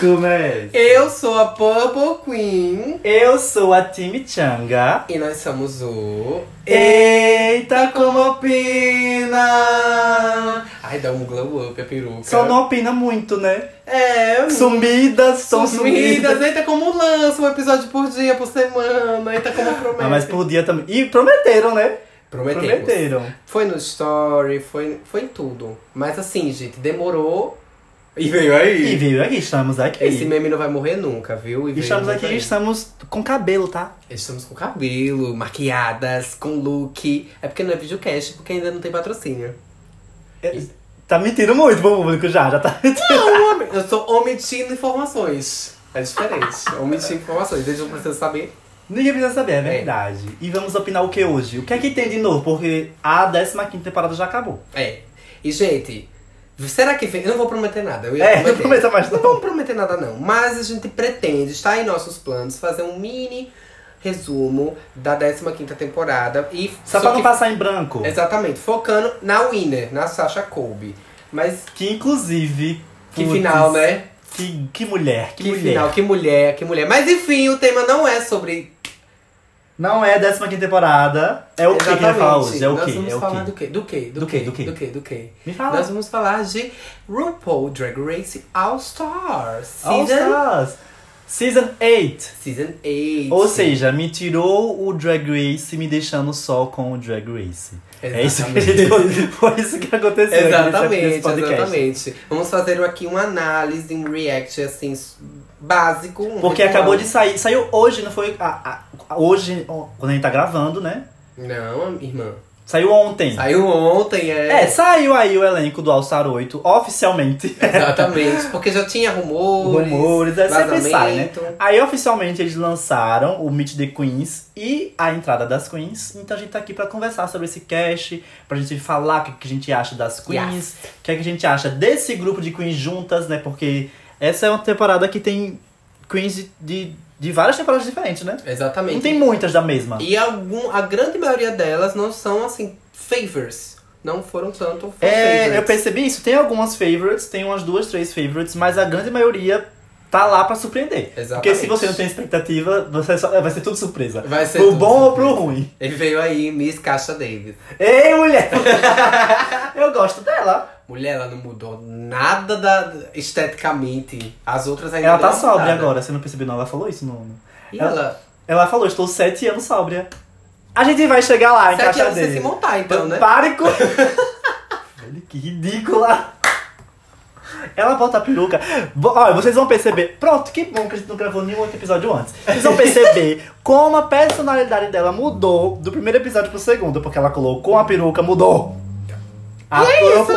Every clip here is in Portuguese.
Comece. Eu sou a Bubble Queen é? Eu sou a Time Changa. e nós somos o. É. Eita, como opina! Ai, dá um glow up a peruca. Só não opina muito, né? É, eu Sumidas, são sumidas. sumidas. Eita, é como lança um episódio por dia, por semana. Eita, como promete. Ah, mas por dia também. E prometeram, né? Prometemos. Prometeram. Foi no story, foi, foi em tudo. Mas assim, gente, demorou. E veio aí. E viu aqui, estamos aqui. Esse meme não vai morrer nunca, viu? E veio Estamos muito aqui, aí. estamos com cabelo, tá? Estamos com cabelo, maquiadas, com look. É porque não é videocast, porque ainda não tem patrocínio. Tá mentindo muito pro público já, já tá mentindo. Não, É um homem- eu estou omitindo informações. É diferente. Omitindo informações. Eles não precisam saber. Ninguém precisa saber, é verdade. E vamos opinar o que hoje? O que é que tem de novo? Porque a 15 temporada já acabou. É. E, gente, será que vem? Eu não vou prometer nada. Eu ia É, não prometer. prometa mais Não não. vamos prometer nada, não. Mas a gente pretende, está em nossos planos, fazer um mini resumo da 15 temporada. E Só pra não passar em branco. Exatamente, focando na winner, na Sasha Colby. Mas Que inclusive. que putz, final, né? Que, que mulher, que, Que, mulher. final, que mulher, que mulher. Mas enfim, o tema não é sobre. Não é a 15 temporada. É o que que vai falar hoje? É o Nós que? vamos É falar o do que? quê? Do quê? Do quê? quê? Do quê? Do quê? Do quê? Me fala. Nós vamos falar de RuPaul Drag Race All Stars. All Season, Stars. Season 8. season 8. Ou seja, me tirou o Drag Race, me deixando só com o Drag Race. É isso que a gente, foi isso que aconteceu aqui nesse- nesse Exatamente, podcast. exatamente. Vamos fazer aqui uma análise, um react, assim, s- básico. um Porque ritual. acabou de sair, saiu hoje, não foi? a- a- hoje, ó, quando a gente tá gravando, né? Não, irmã. Saiu ontem. Saiu ontem, É, saiu aí o elenco do All Star 8, oficialmente. Exatamente, porque já tinha rumores. Rumores, é, sempre sai, né? vazamento. Aí oficialmente eles lançaram o Meet the Queens e a entrada das Queens. Então a gente tá aqui pra conversar sobre esse cast, pra gente falar o que que a gente acha das Queens, o que, é que a gente acha desse grupo de Queens juntas, né? Porque essa é uma temporada que tem Queens de, de, de várias temporadas diferentes, né? Exatamente. Não tem muitas da mesma. E algum, a grande maioria delas não são, assim, favors. Não foram tanto favorites. É, eu percebi isso. Tem algumas favorites, tem umas duas, três favorites, mas a grande maioria tá lá pra surpreender. Porque se Exatamente. você não tem expectativa, você só- vai ser tudo surpresa. Vai ser pro tudo bom ou pro surpresa. ruim. Ele veio aí, Miss Caixa Davis. Ei, mulher! Eu gosto dela. Mulher, ela não mudou nada da, esteticamente. As outras ainda Ela tá não sóbria mudaram. agora, você não percebeu não? Ela falou isso no... E Ela- ela... Ela falou, estou sete anos sóbria. A gente vai chegar lá em Será que Caixa ela precisa se Davis. montar, então, né? Pare com... Olha que ridícula. Ela bota a peruca. Bo- Olha, vocês vão perceber. Pronto, que bom que a gente não gravou nenhum outro episódio antes. Vocês vão perceber como a personalidade dela mudou do primeiro episódio pro segundo, porque ela colocou a peruca, mudou. A e, é isso?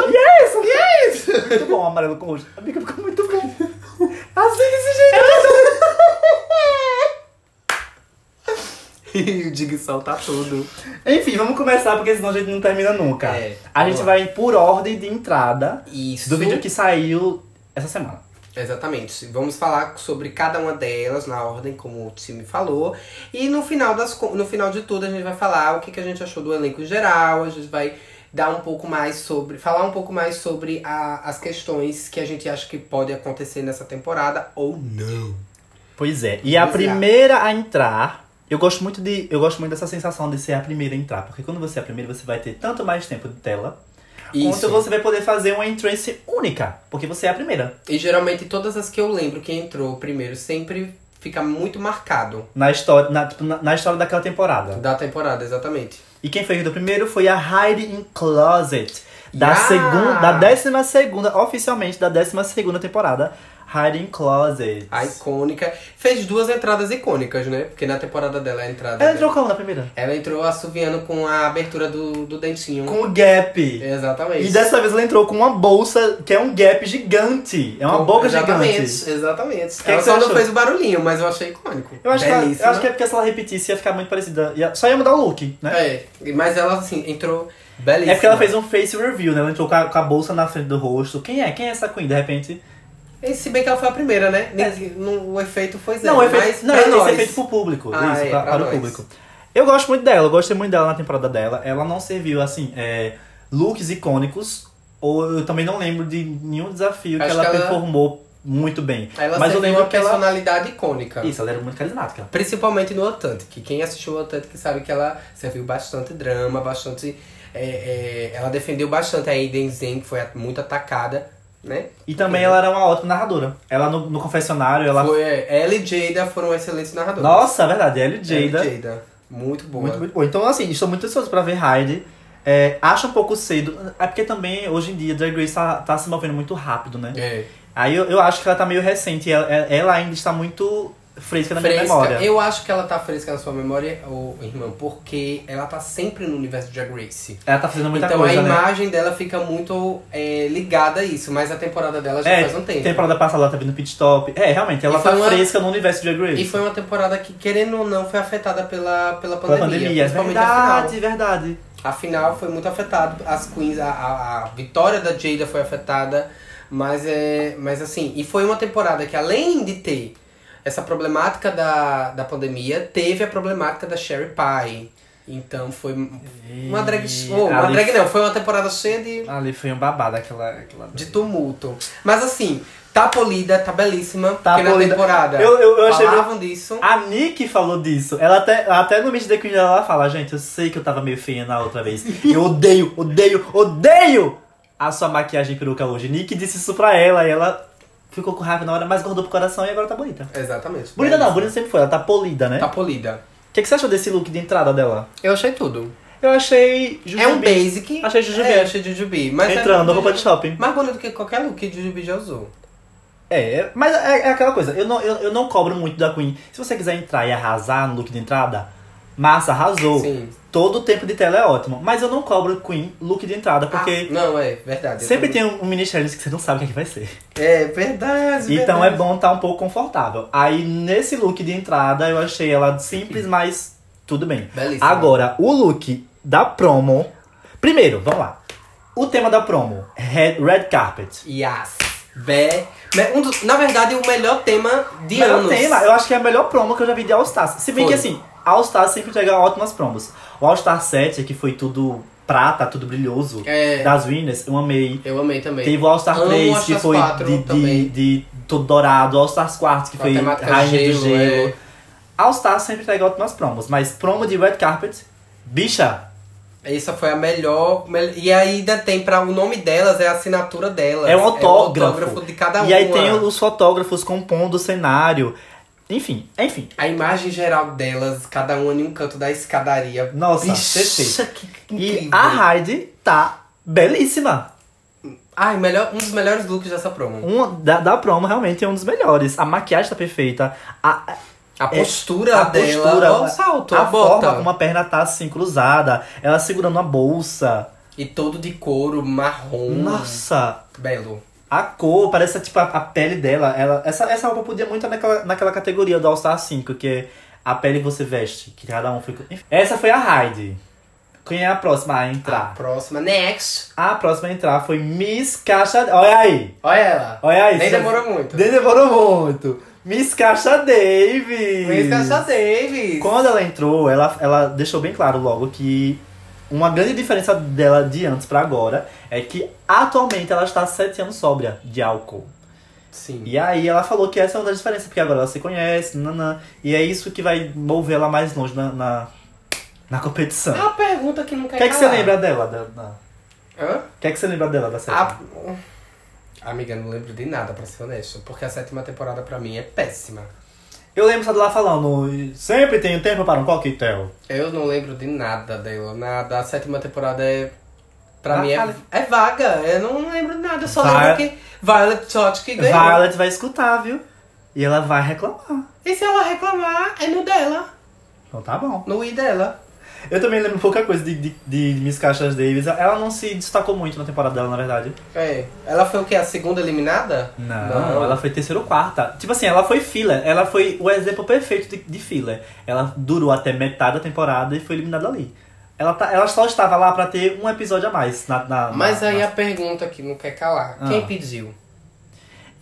e é isso! Muito bom, amarelo com roxo. Amiga, ficou muito bom. Assim desse jeito. E o Digson tá tudo. Enfim, vamos começar, porque senão a gente não termina nunca. É, a vamos gente lá. vai por ordem de entrada Isso. do vídeo que saiu essa semana. Exatamente. Vamos falar sobre cada uma delas, na ordem, como o time falou. E no final, das, co- no final de tudo, a gente vai falar o que, que a gente achou do elenco em geral. A gente vai dar um pouco mais sobre. Falar um pouco mais sobre a- as questões que a gente acha que pode acontecer nessa temporada ou não. Pois é. E a Pois é. primeira a entrar. Eu gosto muito de. Eu gosto muito dessa sensação de ser a primeira a entrar. Porque quando você é a primeira, você vai ter tanto mais tempo de tela. Quanto você vai poder fazer uma entrance única. Porque você é a primeira. E geralmente todas as que eu lembro que entrou primeiro sempre fica muito marcado Na história, na, tipo, na, na história daquela temporada. da temporada, exatamente. E quem foi do primeiro foi a Heidi in Closet. Da Yeah! segunda. Da décima segunda, oficialmente, da décima segunda temporada. Heidi in Closet. A icônica. Fez duas entradas icônicas, né? Porque na temporada dela a entrada. Ela entrou como na primeira? Ela entrou assoviando com a abertura do, do dentinho. Com o Gap. Exatamente. E dessa vez ela entrou com uma bolsa que é um gap gigante. É uma Com- boca exatamente, gigante. Exatamente. Que é ela que só você não achou? fez o barulhinho, mas eu achei icônico. Eu acho, que ela- eu Belíssima. acho que é porque se ela repetisse ia ficar muito parecida. Ia- só ia mudar o look, né? É, mas ela assim, entrou É, belíssima. porque ela fez um face review, né? Ela entrou com a, com a bolsa na frente do rosto. Quem é? Quem é essa queen, de repente? E se bem que ela foi a primeira, né? Nem- não- o efeito foi É. zero. não, o efeito, mas não, pra esse nós, é feito pro público. Ah, isso, é, pra- pra para o nós. público. Eu gosto muito dela, eu gostei muito dela na temporada dela. Ela não serviu, assim, é, looks icônicos. Ou eu também não lembro de nenhum desafio que Acho ela que ela- performou muito bem. Ela Mas eu sempre lembro uma que ela. personalidade icônica. Isso, ela era muito carismática. Principalmente no Atlantic. Quem assistiu o Atlantic sabe que ela serviu bastante drama, bastante. é, é, ela defendeu bastante a Aiden Zen, que foi a- muito atacada, né? E também ela era uma ótima narradora. Ela no, no confessionário, ela. Foi, é, ela e Jada foram excelentes narradoras. Nossa, é verdade, ela e Ela e Jada. Jada. Muito boa. Muito, muito bom. Então, assim, estou muito ansioso pra ver Hyde. É, acho um pouco cedo. É porque também, hoje em dia, Drag Race tá, tá se movendo muito rápido, né? É. Aí eu, eu acho que ela tá meio recente. Ela, ela ainda está muito fresca na minha memória. Eu acho que ela tá fresca na sua memória, ô, irmã, porque ela tá sempre no universo de Drag Race. Ela tá fazendo muita então coisa, a né? imagem dela fica muito é, ligada a isso, mas a temporada dela já É, faz um tempo. temporada passada ela teve no pit stop. É, realmente, ela E tá foi uma- fresca no universo de Drag Race. E foi uma temporada que, querendo ou não, foi afetada pela, pela Pela pandemia. pandemia. é Principalmente a final. Verdade, verdade. A final foi muito afetada. As queens, a, a, a vitória da Jada foi afetada. Mas é. Mas assim, e foi uma temporada que além de ter essa problemática da, da pandemia, teve a problemática da Sherry Pie. Então foi uma drag E show. Uma ali- drag não, foi uma temporada cheia de Ali foi um babado aquela. aquela... de tumulto. Mas assim, tá polida, tá belíssima. Tá porque polida. na temporada Eu- eu- eu achei- Ah, falavam disso. A Nick falou disso. Ela até, ela até no Meet the Queen ela fala, gente, eu sei que eu tava meio feia na outra vez. Eu odeio, odeio, odeio a sua maquiagem e peruca hoje. Nick disse isso pra ela e ela ficou com raiva na hora, mas guardou pro coração e agora tá bonita. Exatamente. Bonita não, Belíssima. bonita sempre foi, ela tá polida, né? É Tá O polida. que, que você achou desse look de entrada dela? Eu achei tudo. Eu achei É um Jujubi basic. Achei Jujubi. É, achei Jujubi. Mas entrando, é roupa de shopping. Mais bonito que qualquer look que Jujubi já usou. É, é- mas é, é aquela coisa, eu não, eu, eu não cobro muito da Queen. Se você quiser entrar e arrasar no look de entrada, massa, arrasou. Sim. Todo o tempo de tela é ótimo. Mas eu não cobro Queen look de entrada, porque Ah, não, é verdade. sempre Eu tem um, um ministério que você não sabe o que, é que vai ser. também- É verdade. Então é verdade. bom estar um pouco confortável. Aí nesse look de entrada eu achei ela simples, mas tudo bem. Belíssima. Agora, o look da promo. Primeiro, vamos lá. O tema da promo, Red, red Carpet. Yes. Be... Me- um dos- Na verdade, o melhor tema de melhor anos. tema, eu acho que é a melhor promo que eu já vi de All Stars. Se bem Foi. que assim, All Stars sempre entrega ótimas promos. O All Star 7, que foi tudo prata, tudo brilhoso, É. das winners, eu amei. Eu amei também. Teve o All Star Amo 3, All que Stars foi 4 de, de, também. de todo dourado, All Stars 4, que Com a foi temática Rainha do gelo, Gelo. é. All Stars sempre entrega ótimas promos, mas promo de Red Carpet, bicha, Essa foi a melhor. mel- E ainda tem para o nome delas, é a assinatura delas. É um autógrafo. É o autógrafo de cada uma. e aí tem os fotógrafos compondo o cenário. Enfim, enfim. A imagem geral delas, cada uma em um canto da escadaria. Nossa, Bicha, perfeito. que E incrível. a Heidi tá belíssima. Ai, melhor, um dos melhores looks dessa promo. Um, da, da promo realmente é um dos melhores. A maquiagem tá perfeita. A, A É, postura a dela, postura, ó, o salto, a a, bota. forma como a perna tá assim cruzada. Ela segurando uma bolsa. E todo de couro marrom. Nossa, Belo. a cor, parece tipo a, a pele dela. Ela, essa, essa roupa podia muito estar naquela, naquela categoria do All Star 5, que é a pele que você veste, que cada um fica. Enfim. Essa foi a Heidi. Quem é a próxima a A entrar? próxima, next. A próxima a entrar foi Miss Caixa. Olha aí! Olha ela. Olha aí! Nem já- demorou muito. Nem demorou muito! Miss Caixa Davis! Miss Caixa é Davis. Quando ela entrou, ela, ela deixou bem claro logo que uma grande diferença dela de antes pra agora é que atualmente ela está sete anos sóbria de álcool. Sim. E aí ela falou que essa é uma das diferenças, porque agora ela se conhece, nanã, e é isso que vai mover ela mais longe na, na, na competição. A pergunta que não O quer que é que você calar. lembra dela? da- da- Hã? O que é que você lembra dela da série? A... Amiga, não lembro de nada, pra ser honesto. Porque a sétima temporada pra mim é péssima. Eu lembro só dela falando, sempre tenho tempo para um coquetel. Eu não lembro de nada dela. Nada. A sétima temporada é. Pra Ah, mim é, fala. é vaga. Eu não lembro de nada. Eu só Vai- lembro que Violet Shot que ganhou. Violet vai escutar, viu? E ela vai reclamar. E se ela reclamar, é no dela. Então tá bom. No i dela. Eu também lembro pouca coisa de, de, de Miss Caixas Davis. Ela não se destacou muito na temporada dela, na verdade. É. Ela foi o quê? A segunda eliminada? Não, ela foi terceira ou quarta. Tipo assim, ela foi filler. Ela foi o exemplo perfeito de, de filler. Ela durou até metade da temporada e foi eliminada ali. Ela, tá- ela só estava lá pra ter um episódio a mais. Na, na- na- Mas aí na- a pergunta que não quer calar. Ah. Quem pediu?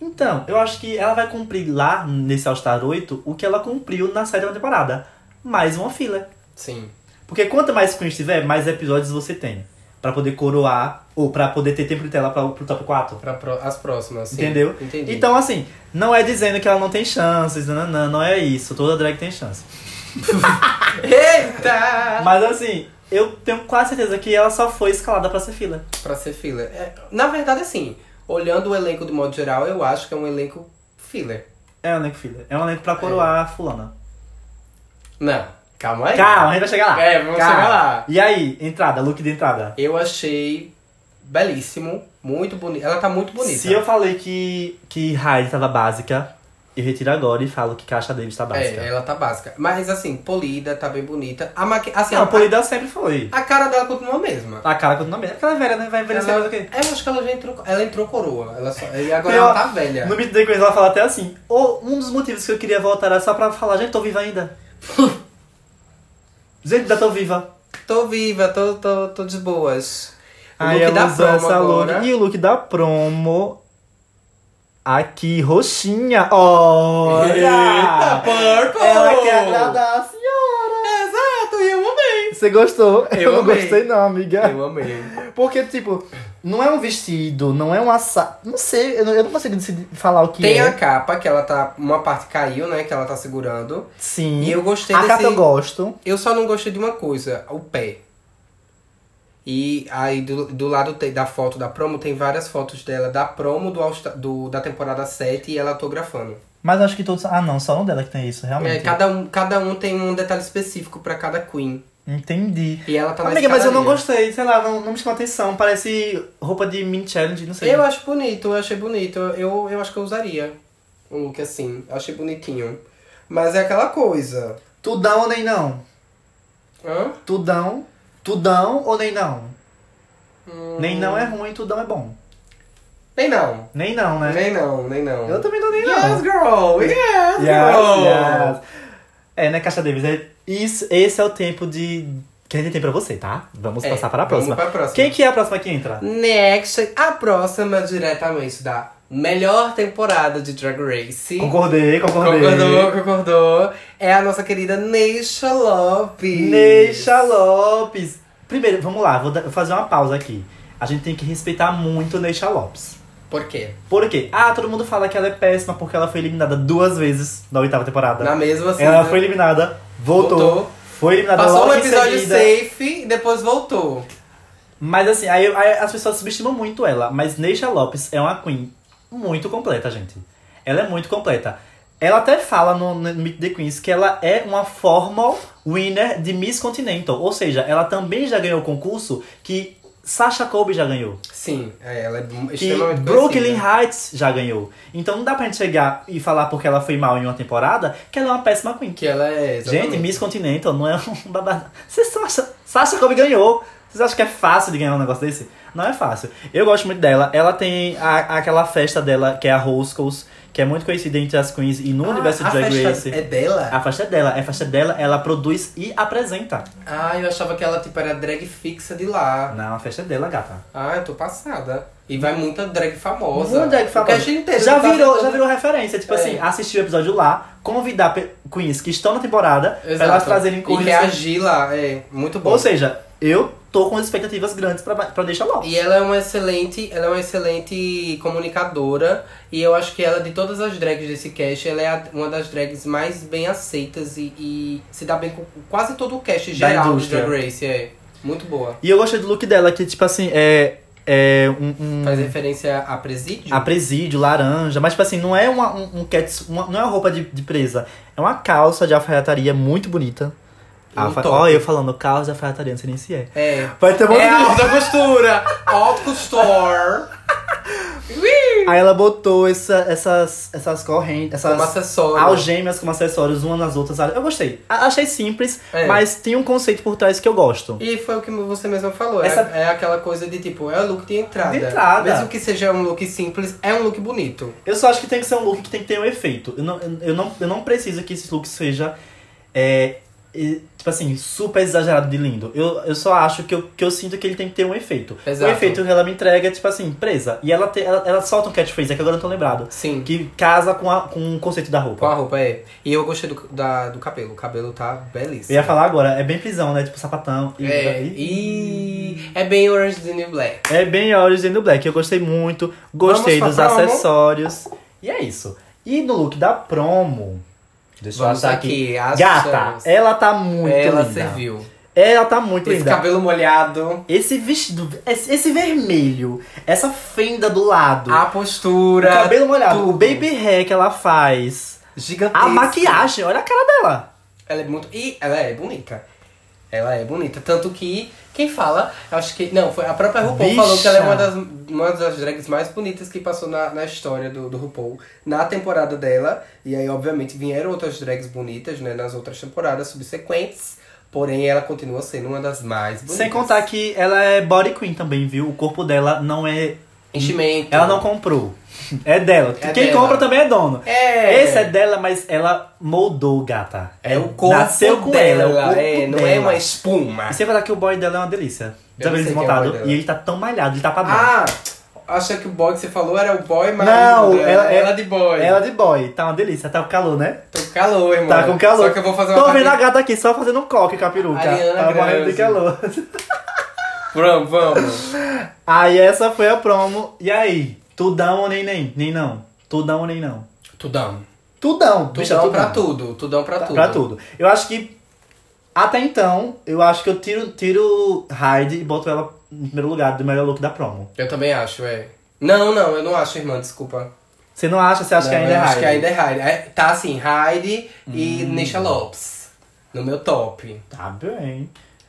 Então, eu acho que ela vai cumprir lá, nesse All Star 8, o que ela cumpriu na sétima temporada. Mais uma filler. Sim. Porque quanto mais queens tiver, mais episódios você tem. Pra poder coroar, ou pra poder ter tempo de tela pra, pro top 4. Pra pro- as próximas, sim. Entendeu? Entendi. Então, assim, não é dizendo que ela não tem chances, não, não, não é isso. Toda drag tem chance. Eita! Mas, assim, eu tenho quase certeza que ela só foi escalada pra ser fila. Pra ser filler. É, na verdade, assim, olhando o elenco de modo geral, eu acho que é um elenco filler. É um elenco fila. É um elenco pra coroar a fulana. Não, calma aí. Calma, a gente vai chegar lá. É, vamos Calma. chegar lá. E aí, entrada, look de entrada. Eu achei belíssimo, muito bonito. Ela tá muito bonita. Se eu falei que, que Heidi tava básica, eu retiro agora e falo que Caixa Davis tá básica. É, ela tá básica. Mas assim, polida, tá bem bonita. A maqui... assim, Não, a, a Polida sempre foi. a cara dela continua a mesma. A cara continua mesmo. Aquela velha, né? Vai envelhecer mais ela, é, o quê? eu acho que ela já entrou. Ela entrou coroa. Ela só, e agora Eu- ela tá velha. No Meet the Grace ela fala até assim. Ou um dos motivos que eu queria voltar era só pra falar, gente, tô viva ainda. gente, ainda tô viva. Tô viva, tô, tô, tô de boas. O Aí look ela da usou promo essa look. agora. E o look da promo. Aqui, roxinha. Olha! Eita, purple! Ela quer agradar a senhora. Exato, e Ah, eu amei. Você gostou? Eu não amei. gostei não, amiga. Eu amei. Porque, tipo, não é um vestido, não é um assado. Não sei, eu não, eu não consigo decidir- falar o que Tem é. a capa, que ela tá. Uma parte caiu, né? Que ela tá segurando. Sim. E eu gostei a desse. capa eu gosto. Eu só não gostei de uma coisa, o pé. E aí do, do lado te- da foto da promo tem várias fotos dela da promo do, All-Star- do- da temporada 7 e ela autografando. Mas acho que todos. Ah, não, só um dela que tem isso, É, realmente. cada, um, cada um tem um detalhe específico pra cada queen. Entendi. E ela tá na Amiga, mas eu não escadaria. gostei, sei lá, não, não me chamou atenção. Parece roupa de mini challenge, não sei. Eu acho bonito, eu achei bonito. Eu, eu acho que eu usaria um look assim. Eu achei bonitinho. Mas é aquela coisa. Tudão ou nem não? Hã? Tudão. Tudão ou nem não? Nem não é ruim, tudão é bom. Nem não. Nem não, né? Nem não, nem não. Eu também não nem não. Yes, girl! Yes, Oh. girl! Yes, yes. É, né, Caixa Davis? É, isso, esse é o tempo de. Que a gente tem pra você, tá? Vamos É, passar para a vamos próxima. pra próxima. Quem que é a próxima que entra? Next, a próxima diretamente da melhor temporada de Drag Race. Concordei, concordei. Concordou, concordou. É a nossa querida Neisha Lopes. Neisha Lopes. Primeiro, vamos lá, vou da- vou fazer uma pausa aqui. A gente tem que respeitar muito Neisha Lopes. Por quê? Por quê? Ah, todo mundo fala que ela é péssima porque ela foi eliminada duas vezes na oitava temporada. Na mesma assim. ela foi eliminada, voltou, Voltou. foi eliminada Passou logo um em episódio seguida. safe e depois voltou. Mas assim, aí, aí as pessoas subestimam muito ela. Mas Neisha Lopes é uma queen muito completa, gente. Ela é muito completa. Ela até fala no, no Meet the Queens que ela é uma formal winner de Miss Continental. Ou seja, ela também já ganhou o concurso que Sasha Colby já ganhou. Sim, é, ela é Que extremamente Brooklyn conhecida. Heights já ganhou. Então não dá pra gente chegar e falar porque ela foi mal em uma temporada que ela é uma péssima queen. Que ela é. exatamente. Gente, Miss Continental não é um babado. Vocês estão achando. Sasha Kobe ganhou. Vocês acham que é fácil de ganhar um negócio desse? Não é fácil. Eu gosto muito dela. Ela tem a- aquela festa dela, que é a Roscoe's, que é muito conhecida entre as queens e no Ah, universo a de Drag festa Race. É dela? A festa é dela. A festa é dela, ela produz e apresenta. Ah, eu achava que ela tipo era drag fixa de lá. Não, a festa é dela, gata. Ah, eu tô passada. E vai muita drag famosa. Muita drag famosa. Porque a gente inteira já, tá virou, tentando- já virou referência. Tipo É. assim, assistir o episódio lá, convidar pe- queens que estão na temporada pra elas Exato. trazerem E coisas. reagir lá, é. Muito bom. Ou seja, eu tô com expectativas grandes pra, pra deixar logo. E ela é uma excelente, ela é uma excelente comunicadora e eu acho que ela de todas as drags desse cast, ela é a- uma das drags mais bem aceitas e, e se dá bem com quase todo o cast geral do indústria. Drag Race, é muito boa. E eu gostei do look dela, que tipo assim, é. É um. um- Faz referência a presídio? a presídio, laranja, mas tipo assim, não é uma, um, um cats, uma- não é uma roupa de, de presa. É uma calça de alfaiataria muito bonita. Um Alfa- top. Ó, eu falando calça de alfaiataria, não sei nem se é. É. Vai ter um monte É de- alta costura, alto costor, Aí ela botou essa, essas, essas correntes, como essas acessório. algemas como acessórios uma nas outras. Eu gostei. A- achei simples, É. mas tem um conceito por trás que eu gosto. E foi o que você mesmo falou, é- Essa- é, aquela coisa de tipo, é o look de entrada. De entrada. Mesmo que seja um look simples, é um look bonito. Eu só acho que tem que ser um look que tem que ter um efeito. Eu não, eu não, eu não preciso que esse look seja, é, e, tipo assim, super exagerado de lindo. Eu, eu só acho que eu, que eu sinto que ele tem que ter um efeito. Exato. O efeito que ela me entrega é, tipo assim, presa. E ela, te- ela, ela solta um catchphrase, é que agora eu não tô lembrado. Sim. Que casa com, a, com o conceito da Com roupa. a roupa, é. E eu gostei do, da- do cabelo. O cabelo tá Eu belíssimo. ia falar agora, é bem prisão, né? Tipo sapatão. E, É, e- e É bem Orange is the New Black. É bem Orange and the Black. Eu gostei muito. Gostei Vamos dos pra promo? acessórios. E é isso. E no look da promo. Deixa eu Vamos achar aqui, as tá Gata, chamas. ela tá muito Ela linda. serviu. Ela tá muito Esse linda. cabelo molhado, Esse vestido, esse, esse vermelho, essa fenda do lado, a o postura. cabelo molhado, tudo. o baby hair que ela faz, Gigantesco. a maquiagem, olha a cara dela. Ela é muito. E ela é bonita. Ela é bonita. Tanto que quem fala, acho que. Não, foi a própria RuPaul Bicha. falou que ela é uma das, uma das drags mais bonitas que passou na, na história do, do RuPaul na temporada dela. E aí, obviamente, vieram outras drags bonitas, né? Nas outras temporadas subsequentes. Porém, ela continua sendo uma das mais bonitas. Sem contar que ela é body queen também, viu? O corpo dela não é. Enchimento. Ela não comprou. É dela. É Quem dela. compra também é dono. É. Esse é dela, mas ela moldou, gata. É o corpo Nasceu com dela, ela. é o corpo é, não é dela. uma espuma. E sem falar que o boy dela é uma delícia. Já Eu não veio sei quem é o boy desmontado. dela. E ele tá tão malhado, ele tá pra baixo. Ah, acha que o boy que você falou era o boy, mas Não, ela, é ela- é de boy. Ela de boy, tá uma delícia, tá com calor, né? Tô com calor, irmão. Tá com calor. Só que eu vou fazer Tô uma vendo a cabe- gata aqui só fazendo um coque com a peruca. Ariana tá morrendo Grande. de calor. Vamos, vamos. Aí essa foi a promo. E aí? Tudão ou nem nem? Nem não. Tudão ou nem não? Tudão. Tudão. bicha, Tudão pra tudo. Tudão pra tudo. Pra tudo. Eu acho que até então, eu acho que eu tiro, tiro Hyde e boto ela em primeiro lugar do melhor look da promo. Eu também acho, é. Não, não, eu não acho, irmã, desculpa. Você não acha? Você acha Não, que ainda eu é acho Hyde? Hum. que ainda é Heidi. É, tá assim, Heidi e Nisha Lopes. No meu top. Tá bem.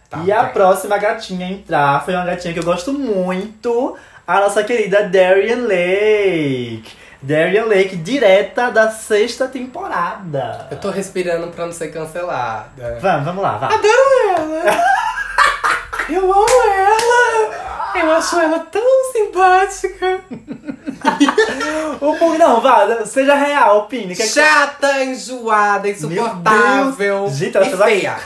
Tá e a bem. próxima gatinha a entrar foi uma gatinha que eu gosto muito, a nossa querida Darian Lake. Darian Lake, direta da sexta temporada. Eu tô respirando pra não ser cancelada. Vamos, vamos lá, vai. Eu amo ela! Eu acho ela tão simpática. Ah, O Pug, não, vá, seja real, opine. Que é que- Chata, enjoada, insuportável. Deus. Gente, ela tá e fez a- feia.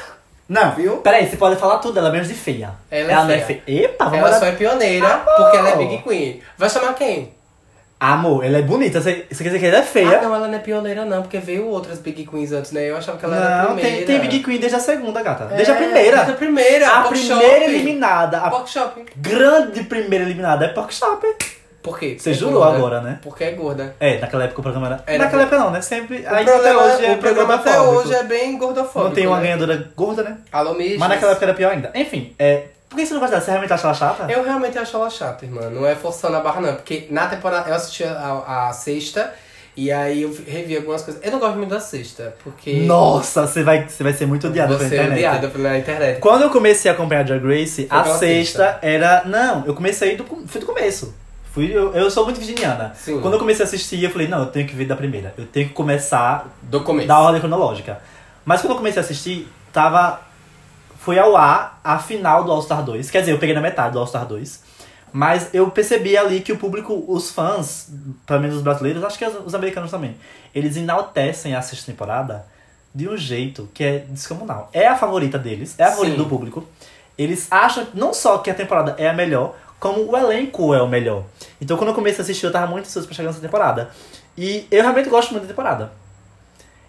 Não, Viu? Peraí, você pode falar tudo, ela é menos de feia. Ela é não é feia. feia. Epa, vamos Ela lá. só é pioneira, Amor. porque ela é Big Queen. Vai chamar quem? Amor, ela é bonita, você, você quer dizer que ela é Ah, feia? não, ela não é pioneira, não, porque veio outras Big Queens antes, né? Eu achava que ela era a não, primeira. tem, tem Big Queen desde a segunda, gata. É, Desde a Desde a primeira. primeira, A Pork primeira Shop. eliminada, a Pork Shop. grande primeira eliminada é Pork Shop. Por quê? Você É jurou gorda. agora, né? Porque é gorda. É, naquela época o programa era. Era naquela bom. época não, né? Sempre. O ainda programa, até hoje é o programa até gordofóbico. hoje é bem gordofóbico. Não tem uma né? ganhadora gorda, né? Alô, Michels. Mas naquela época era pior ainda. Enfim, é. Por que você não gosta dela? Você realmente acha ela chata? Eu realmente acho ela chata, irmã. Não é forçando a barra, não. Porque na temporada eu assisti a, a sexta e aí eu revi algumas coisas. Eu não gosto muito da sexta, porque Nossa, você vai, você vai ser muito odiada pela você é internet. odiada pela internet. Quando eu comecei a acompanhar a Drag Race, Foi a pela sexta era. Não, eu comecei do. com- Fui do começo. Fui, eu, eu sou muito virginiana. Sim. Quando eu comecei a assistir, eu falei, não, eu tenho que ver da primeira. Eu tenho que começar Do começo. da ordem cronológica. Mas quando eu comecei a assistir, tava. Foi ao ar a final do All-Star 2. Quer dizer, eu peguei na metade do All-Star 2. Mas eu percebi ali que o público, os fãs, pelo menos os brasileiros, acho que os os americanos também, eles enaltecem a sexta temporada de um jeito que é descomunal. É a favorita deles, é a favorita Sim. do público. Eles acham não só que a temporada é a melhor, como o elenco é o melhor. Então quando eu comecei a assistir, eu tava muito ansioso pra chegar nessa temporada. E eu realmente gosto muito da temporada.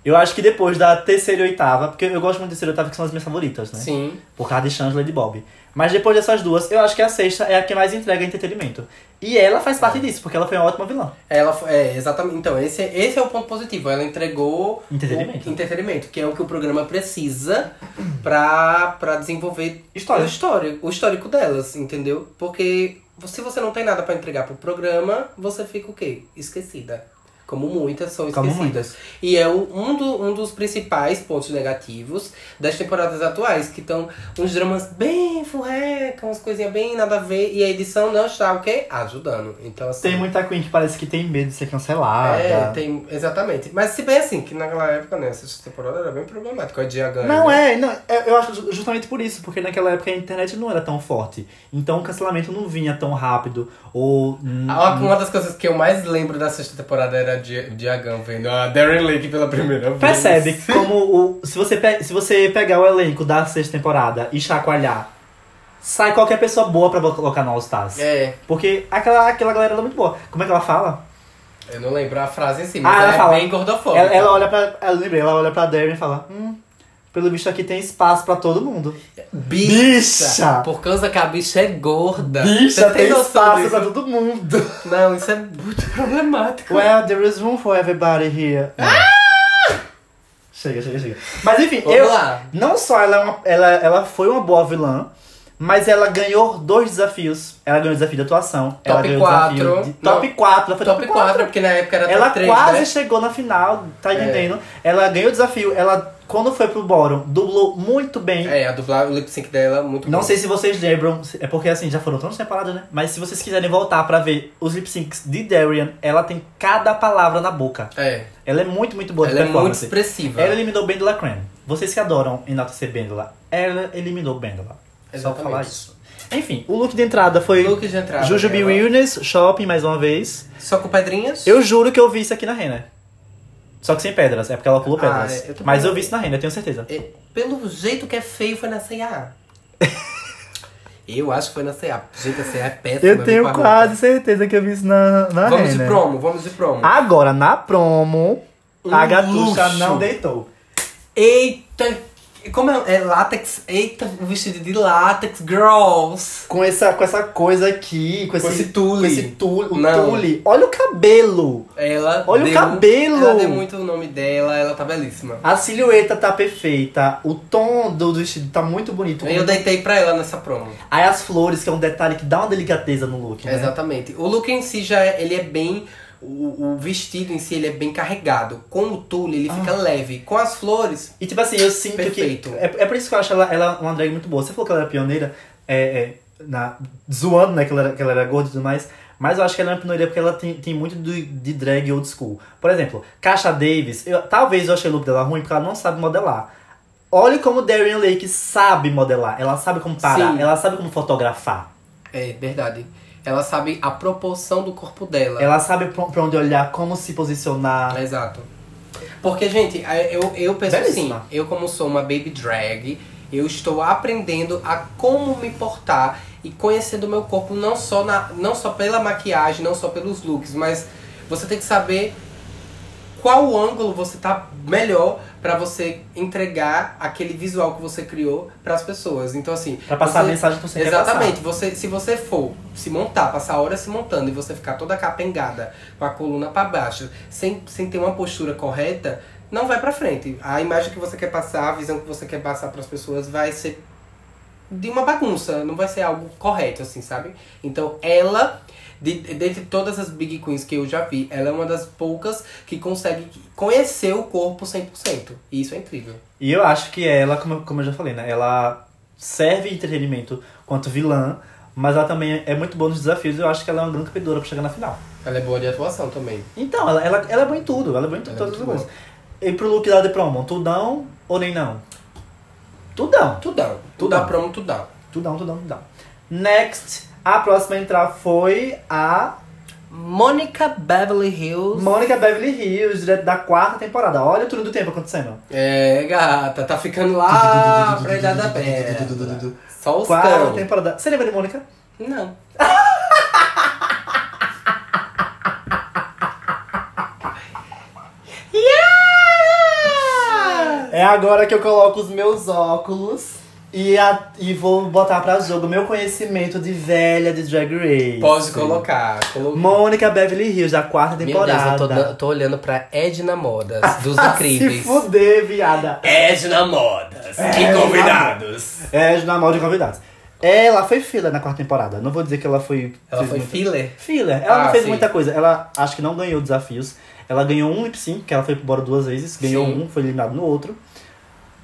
Eu acho que depois da terceira e oitava, porque eu gosto muito da terceira e oitava, que são as minhas favoritas, né? Sim. Por causa de Chandler e de Bob. Mas depois dessas duas, eu acho que a sexta é a que mais entrega entretenimento. E ela faz É. parte disso, porque ela foi uma ótima vilã. Ela foi, é, exatamente. Então, esse, é- esse é o ponto positivo. Ela entregou Entretenimento. o entretenimento, que é o que o programa precisa pra, pra desenvolver História. O, histórico, o histórico delas, entendeu? Porque se você não tem nada pra entregar pro programa, você fica o quê? Esquecida. Como muitas são Como esquecidas. muitas. E é o- um, do- um dos principais pontos negativos das temporadas atuais, que estão uns dramas bem furreca, umas coisinhas bem nada a ver, e a edição não está o quê? Ajudando. Então, assim, Tem muita Queen que parece que tem medo de ser cancelada. é, tem, exatamente. Mas se bem assim, que naquela época, né, essa temporada era bem problemática, a Dia ganha. Não né? é, não, é- eu acho ju- justamente por isso, porque naquela época a internet não era tão forte. Então o cancelamento não vinha tão rápido. Ou. hum, Ah, Uma das coisas que eu mais lembro da sexta temporada era a Dia- Diagan vendo a Darren Lake pela primeira vez. Percebe como o. Se você, pe- se você pegar o elenco da sexta temporada e chacoalhar, sai qualquer pessoa boa pra colocar no All Stars. É, Porque aquela, aquela galera ela é muito boa. Como é que ela fala? eu não lembro a frase em si, mas Ah, ela ela é fala. bem gordofóbica. Ela, ela olha pra. Ela, lembrei, ela olha pra Darren e fala. Hum, pelo visto aqui tem espaço pra todo mundo. Bicha! Bicha! Por causa que a bicha é gorda. Bicha, Você tem, tem noção espaço disso? pra todo mundo. Não, isso é muito problemático. Well, there is room for everybody here. É. Ah! Chega, chega, chega. Mas enfim, Vamos eu. lá. Não só ela, é uma- ela, ela foi uma boa vilã, mas ela ganhou dois desafios. Ela ganhou o desafio de atuação. ela ganhou o quatro. desafio de- Não. Top 4. Ela foi Top 4, porque na época era tá Ela top 3, quase né? É. chegou na final, tá entendendo? Ela ganhou o desafio. Ela, quando foi pro Bórum, dublou muito bem. É, a dublagem, o lip sync dela é muito Não bom. sei se vocês lembram, é porque assim, já foram tantas temporadas, né? Mas se vocês quiserem voltar pra ver os lip syncs de Darian, ela tem cada palavra na boca. É, Ela é muito, muito boa de ela é muito performance. expressiva. Ela eliminou Bendela Cram. Vocês que adoram enaltecer Bendela, ela eliminou Bendela. Só pra Exatamente. falar isso. Enfim, o look de entrada foi Look de entrada Jujubee dela. Realness, Shopping mais uma vez. Só com pedrinhas? Eu juro que eu vi isso aqui na Renner. Só que sem pedras, é porque ela pulou Ah, pedras. é, eu tô Mas pensando- eu vi isso na Renner, tenho certeza. É, Pelo jeito que é feio, foi na C&A. eu acho que foi na C&A. O jeito da C&A é péssimo. é Eu tenho muito quase Ah. certeza que eu vi isso na, na Vamos de Renner. promo, vamos de promo. Agora, na promo, Um a gatucha luxo. não deitou. Eita! Como é? É látex? Eita, o vestido de látex, girls! Com essa, com essa coisa aqui, com, Com esse esse tule. Com esse tule, o Não. tule. Olha o cabelo. Ela Olha o deu- cabelo! Ela deu muito o nome dela, ela tá belíssima. A silhueta tá perfeita, o tom do do vestido tá muito bonito. Eu deitei pra ela nessa promo. Aí as flores, que é um detalhe que dá uma delicadeza no look, né? Exatamente. O look em si já é, ele é bem. O, o vestido em si ele é bem carregado. Com o tule ele Ah. fica leve. Com as flores. E tipo assim, eu sinto Perfeito. que... É, é por isso que eu acho ela, ela uma drag muito boa. Você falou que ela era pioneira, é, é, na, zoando, né, que ela, era, que ela era gorda e tudo mais. Mas eu acho que ela é uma pioneira porque ela tem, tem muito do- de drag old school. Por exemplo, Caixa Davis, eu- talvez eu achei o look dela ruim porque ela não sabe modelar. Olha como Darian Lake sabe modelar. Ela sabe como parar, Sim. ela sabe como fotografar. É verdade. Ela sabe a proporção do corpo dela. Ela sabe pra pra onde olhar, como se posicionar. Exato. Porque, gente, a- eu, eu penso Belíssima. assim, eu como sou uma baby drag, eu estou aprendendo a como me portar e conhecendo o meu corpo não só, na, não só pela maquiagem, não só pelos looks, mas você tem que saber qual o ângulo você tá melhor pra você entregar aquele visual que você criou pras pessoas. Então assim, Pra passar você- a mensagem que você quer Exatamente, você, se você for se montar, passar horas se montando e você ficar toda capengada, com a coluna pra baixo, sem, sem ter uma postura correta, não vai pra frente. A imagem que você quer passar, a visão que você quer passar pras pessoas vai ser de uma bagunça, não vai ser algo correto, assim, sabe? Então ela, de, dentre todas as Big Queens que eu já vi, ela é uma das poucas que consegue conhecer o corpo 100%. E isso é incrível. E eu acho que é ela, como, eu- como eu já falei, né? Ela serve de entretenimento quanto vilã, mas ela também é muito boa nos desafios e eu acho que ela é uma grande competidora pra chegar na final. Ela é boa de atuação também. Então, ela, ela, ela é boa em tudo, ela é boa em tudo, Ela é todas as muito coisas. E pro look lá de promo, tudão ou nem não? Tudão, Tudão. Tudão. Tudão. Tudão, promo, tudão. tudão, tudão, tudão. Next, a próxima a entrar foi a Mônica Beverly Hills. Mônica Beverly Hills, direto da quarta temporada. Olha o turno do tempo acontecendo. É, gata, tá ficando lá pra idade da pedra. Só os Quarta cão. temporada. Você lembra de Mônica? Não. É agora que eu coloco os meus óculos e, a- e vou botar pra jogo meu conhecimento de velha de Drag Race. Pode colocar. Colo... Mônica Beverly Hills, da quarta Meu Deus, temporada. eu tô, dan- tô olhando pra Edna Modas, dos Ah, Se incríveis. fuder, viada. Edna Modas. Que convidados. É, na mal de convidados. Ela foi filler na quarta temporada. Não vou dizer que ela foi. Ela fez foi muita- filler? Filler. Ela não Ah, fez sim. muita coisa. Ela acho que não ganhou desafios. Ela ganhou um lip sync, que ela foi embora duas vezes. Ganhou Sim. um, foi eliminado no outro.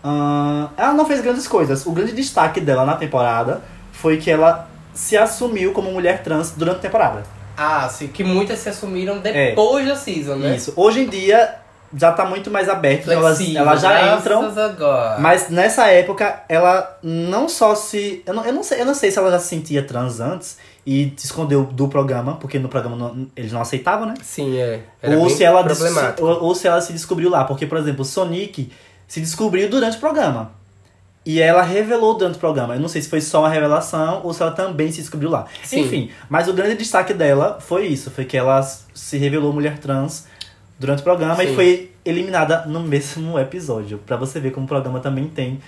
Ah, ela não fez grandes coisas. O grande destaque dela na temporada foi que ela se assumiu como mulher trans durante a temporada. Ah, sim, que muitas se assumiram É. depois da season, né? Isso. Hoje em dia já tá muito mais aberto. Elas, Flexível, elas já graças entram. agora. Mas nessa época, ela não só se. Eu não, eu, não sei, eu não sei se ela já se sentia trans antes e se escondeu do programa, porque no programa não- eles não aceitavam, né? Sim, é. Era Ou bem se, ela des- problemático. ou, ou se ela se descobriu lá. Porque, por exemplo, Sonic se descobriu durante o programa. E ela revelou durante o programa. Eu não sei se foi só uma revelação ou se ela também se descobriu lá. Sim. Enfim, mas o grande destaque dela foi isso: foi que ela s- se revelou mulher trans durante o programa e Sim. foi eliminada no mesmo episódio. Pra você ver como o programa também tem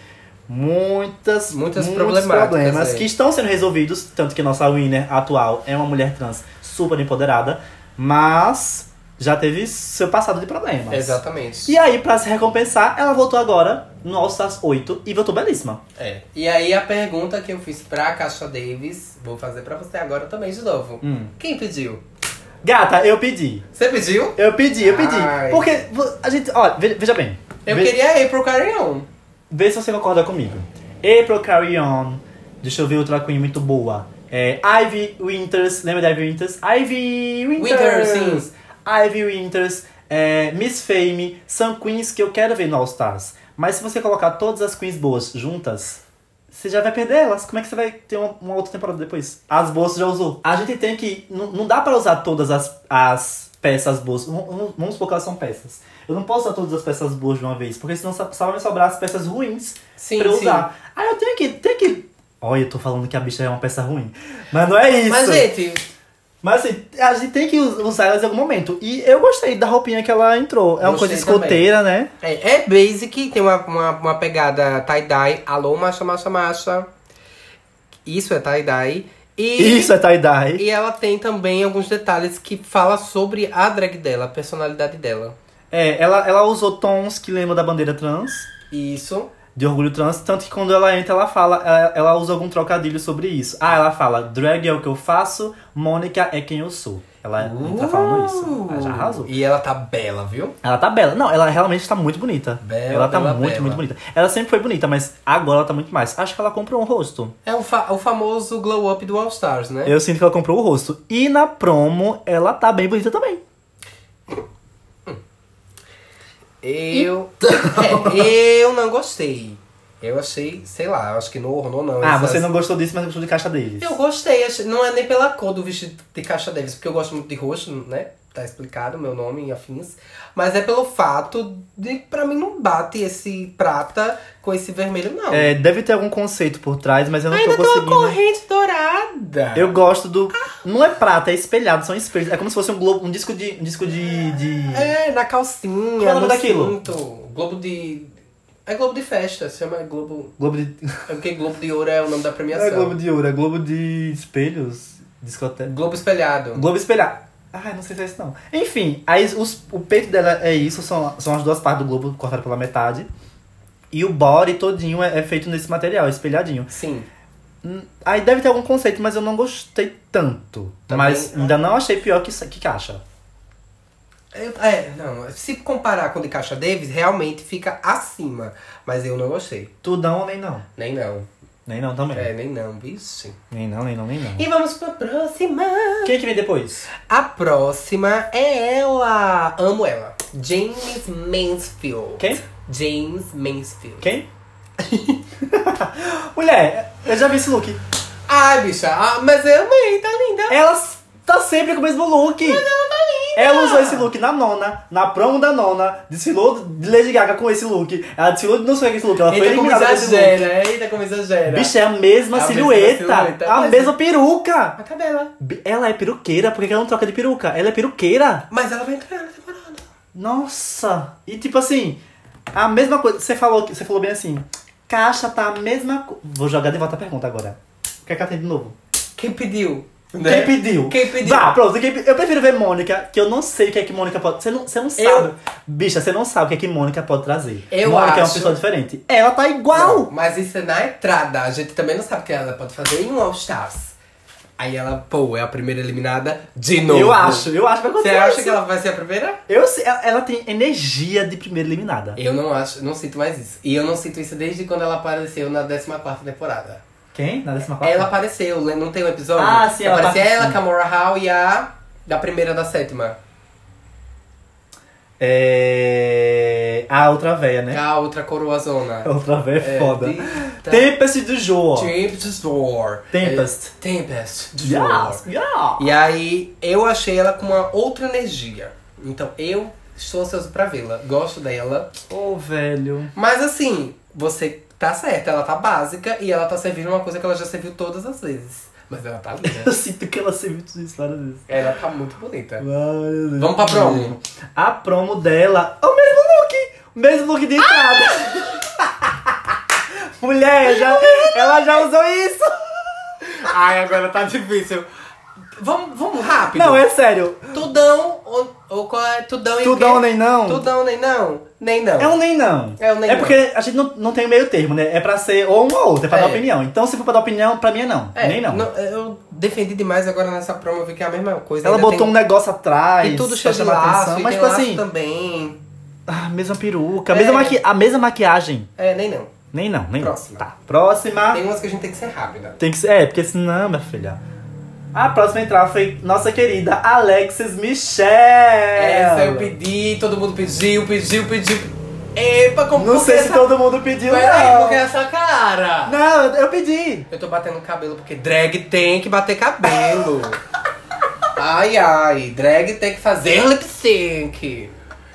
muitas, Muitas muitos problemáticas problemas aí. que estão sendo resolvidos. Tanto que nossa winner atual é uma mulher trans super empoderada, mas já teve seu passado de problemas. Exatamente. E aí, pra se recompensar, ela voltou agora no All Stars 8 e voltou belíssima. É. E aí a pergunta que eu fiz pra Caixa Davis, vou fazer pra você agora também de novo. Hum. Quem pediu? Gata, eu pedi. Você pediu? Eu pedi, eu pedi. Ai. Porque vo- a gente. Olha, ve- veja bem. Eu Ve- queria ir pro Carry On. Vê se você concorda comigo. April Carry On. Deixa eu ver outra Queen muito boa. É, Ivy Winters. Lembra da Ivy Winters? Ivy Winters! Winters, sim. Ivy Winters. é, Miss Fame. São queens que eu quero ver no All Stars. Mas se você colocar todas as queens boas juntas, você já vai perder elas. Como é que você vai ter uma, uma outra temporada depois? As boas você já usou. A gente tem que. Não, não dá pra usar todas as, as peças boas. Vamos- Vamos vamos supor que elas são peças. Eu não posso usar todas as peças boas de uma vez, porque senão só só vai me sobrar as peças ruins Sim, pra eu sim. usar. Aí eu tenho que, tenho que. Olha, eu tô falando que a bicha é uma peça ruim. Mas não é isso. Mas, gente, Mas, assim, a gente tem que us- usar elas em algum momento. E eu gostei da roupinha que ela entrou. É uma Gostei coisa escoteira, né? é, é basic, tem uma, uma, uma pegada tie-dye. Alô, macha, macha, macha. Isso é tie-dye. E, Isso é tie-dye. e ela tem também alguns detalhes que fala sobre a drag dela, a personalidade dela. É, ela, ela usou tons que lembram da bandeira trans, Isso. de orgulho trans. Tanto que quando ela entra, ela fala, ela, ela usa algum trocadilho sobre isso. Ah, ela fala, drag é o que eu faço, Mônica é quem eu sou. Ela tá falando isso. Ela já arrasou. Uh! E ela tá bela, viu? Ela tá bela. Não, ela realmente tá muito bonita. Bela, ela tá bela, muito, bela. muito bonita. Ela sempre foi bonita, mas agora ela tá muito mais. Acho que ela comprou um rosto. É o, fa- o famoso glow up do All Stars, né? Eu sinto que ela comprou o rosto. E na promo, ela tá bem bonita também. Eu. Então. É, eu não gostei. Eu achei, sei lá, eu acho que no horror não. ah, essas- você não gostou disso, mas gostou de Caixa Davis. Eu gostei, achei- não é nem pela cor do vestido de Caixa Davis, porque eu gosto muito de roxo, né? Tá explicado meu nome e afins. Mas é pelo fato de, pra mim, não bate esse prata com esse vermelho, não. É, deve ter algum conceito por trás, mas eu não Ainda tô tem uma conseguindo. corrente dourada. eu gosto do. Não é prata, é espelhado, são espelhos. É como se fosse um globo, um disco de. Um disco de. de- É, na calcinha. Qual é o nome no daquilo? cinto. Globo de. É Globo de Festa, se chama Globo. Globo de. É porque Globo de Ouro é o nome da premiação. É globo de ouro, é globo de espelhos. Discoteca. Globo Espelhado. Globo espelhar. Ah, não sei se é isso não. Enfim, aí os- o peito dela é isso, são, são as duas partes do globo cortadas pela metade. E o body todinho é, é feito nesse material, espelhadinho. Sim. Hum, Aí deve ter algum conceito, mas eu não gostei tanto. Também- Mas ainda não achei pior que, isso- que caixa. Eu- é, não. Se comparar com o de Caixa Davis, realmente fica acima. Mas eu não gostei. Tu não, nem não. Nem não. Nem não também. É, nem não, vixe. Nem não, nem não, nem não. E vamos pra próxima. Quem é que vem depois? A próxima é ela. Amo ela. James Mansfield. Quem? James Mansfield. Quem? Mulher, eu já vi esse look. Ai, bicha, ah, mas eu amei, tá linda. Ela tá sempre com o mesmo look. Mas ela tá linda. Ela usou esse look na nona, na promo da nona, desfilou de Lady Gaga com esse look. Ela desfilou de não sei o que esse look, ela foi Eita como eliminada com esse look. exagera, eita como exagera. Bicho, é a mesma É a mesma silhueta, é. silhueta, a mas- mesma peruca. A cadela. Bi- Ela é peruqueira, por que que ela não troca de peruca? Ela é peruqueira. Mas ela vai entrar na temporada. Nossa. E tipo assim, a mesma coisa, você falou, que- você falou bem assim, caixa tá a mesma coisa. Vou jogar de volta a pergunta agora. O que é que ela tem de novo? Quem pediu? Quem pediu? Né? Quem pediu? Vá, pronto. quem pe- Eu prefiro ver Mônica, que eu não sei o que é que Mônica pode. Você não, você não sabe. Eu- Bicha, você não sabe o que é que Mônica pode trazer. Eu Mônica é uma acho- pessoa diferente. Ela tá Não, igual. mas isso é na entrada. A gente também não sabe o que ela pode fazer em um All Stars. Aí ela, pô, é a primeira eliminada de novo. eu acho, eu acho que vai Você acontecer. acha isso. que ela vai ser a primeira? Eu sei, ela, ela tem energia de primeira eliminada. Eu não acho, não sinto mais isso. E eu não sinto isso desde quando ela apareceu na 14 temporada. Quem? Na décima quarta? Ela apareceu, lem- não tem um episódio? Ah, sim, Que ela Aparecia participa. ela, Camora Hall e a da primeira da sétima. É. A outra véia, né? A outra coroazona. A outra véia é É, foda. Tita- Tempest do Jô. Tempest War. Tempest. É, Tempest do War. Yes, yeah. E aí eu achei ela com uma outra energia. Então eu estou ansioso pra vê-la. Gosto dela. Ô, velho. Mas assim, você tá certa, ela tá básica e ela tá servindo uma coisa que ela já serviu todas as vezes. Mas ela tá linda. Eu sinto que ela se viu tudo isso várias vezes. Ela tá muito bonita. Ai, meu Deus. Vamos pra promo. A promo dela. É o mesmo look! O mesmo look de entrada. Ah! Mulher, já- ela já usou isso! Ai, agora tá difícil. Vamos, vamos rápido. Não, é sério. Tudão ou, ou qual é? Tudão e o Tudão quê? nem não. Tudão nem não? Nem não. É um nem não. É um nem não. porque a gente não, não tem meio termo, né? É pra ser ou uma ou outra, é pra É. dar opinião. Então se for pra dar opinião, pra mim é não. É, nem não. Eu defendi demais agora nessa promo, eu vi que é a mesma coisa. Ela Ainda botou um tem- negócio atrás. E tudo pra cheio de chamar laço, atenção, e Mas tem tipo laço assim, também. ah, mesma peruca, É. mesma maqui... a mesma maquiagem. É, nem não. Nem não, nem Próxima. não. Tá. Próxima. Tem umas que a gente tem que ser rápida. Tem que ser. É, porque senão, minha filha. A próxima a entrar foi nossa querida Alexis Michelle. É. Essa É, eu pedi, todo mundo pediu, pediu, pediu. Epa, como Não por que sei se essa... todo mundo pediu, Peraí, não. porque essa cara. Não, eu- eu pedi. Eu tô batendo cabelo porque drag tem que bater cabelo. ai, ai, drag tem que fazer lip sync.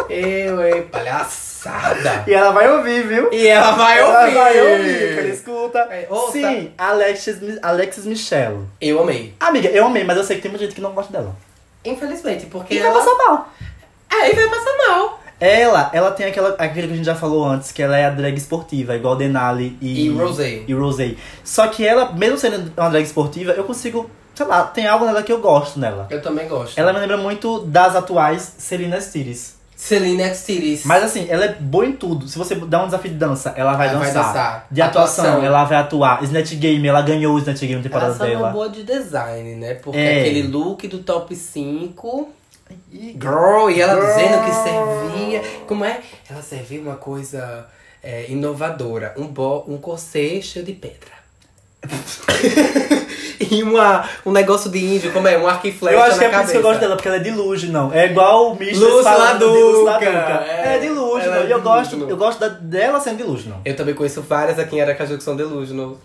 Eu, hein, palhaçada. E ela vai ouvir, viu? E ela vai ela ouvir. vai ouvir, que ela escuta. É, ouça. Sim, Alexis, Mi- Alexis Michelle. Eu amei. Amiga, eu amei, mas eu sei que tem muita gente que não gosta dela. Infelizmente, porque E vai ela... passar mal. É, e vai passar mal. Ela, ela tem aquela, aquilo que a gente já falou antes, que ela é a drag esportiva, igual Denali e, E Rosé. e Rosé. Só que ela, mesmo sendo uma drag esportiva, eu consigo, sei lá, tem algo nela que eu gosto nela. Eu também gosto. Ela me lembra muito das atuais Celina Stiris. Celine X Series. Mas assim, ela é boa em tudo. Se você dá um desafio de dança, ela vai, Ela vai dançar. dançar. De atuação, Atuação. ela vai atuar. Snatch Game, ela ganhou o Snatch Game na temporada ela só não é dela. boa de design, né? Porque É. aquele look do top 5. Ih, Girl, e ela Girl. dizendo que servia. Como é? Ela servia uma coisa é, inovadora. Um, bo, um corset cheio de pedra. e uma, um negócio de índio, como é? Um arco e flecha Eu acho que na é por isso que eu cabeça. gosto dela, porque ela é de luge, não. É igual o Mistress Luz falando de Luz Laduca. Laduca. É, É, de luge, ela não. é E eu de gosto, Luge, não. eu gosto da- dela sendo de luge, não. Eu também conheço várias aqui em Aracaju que são delusional.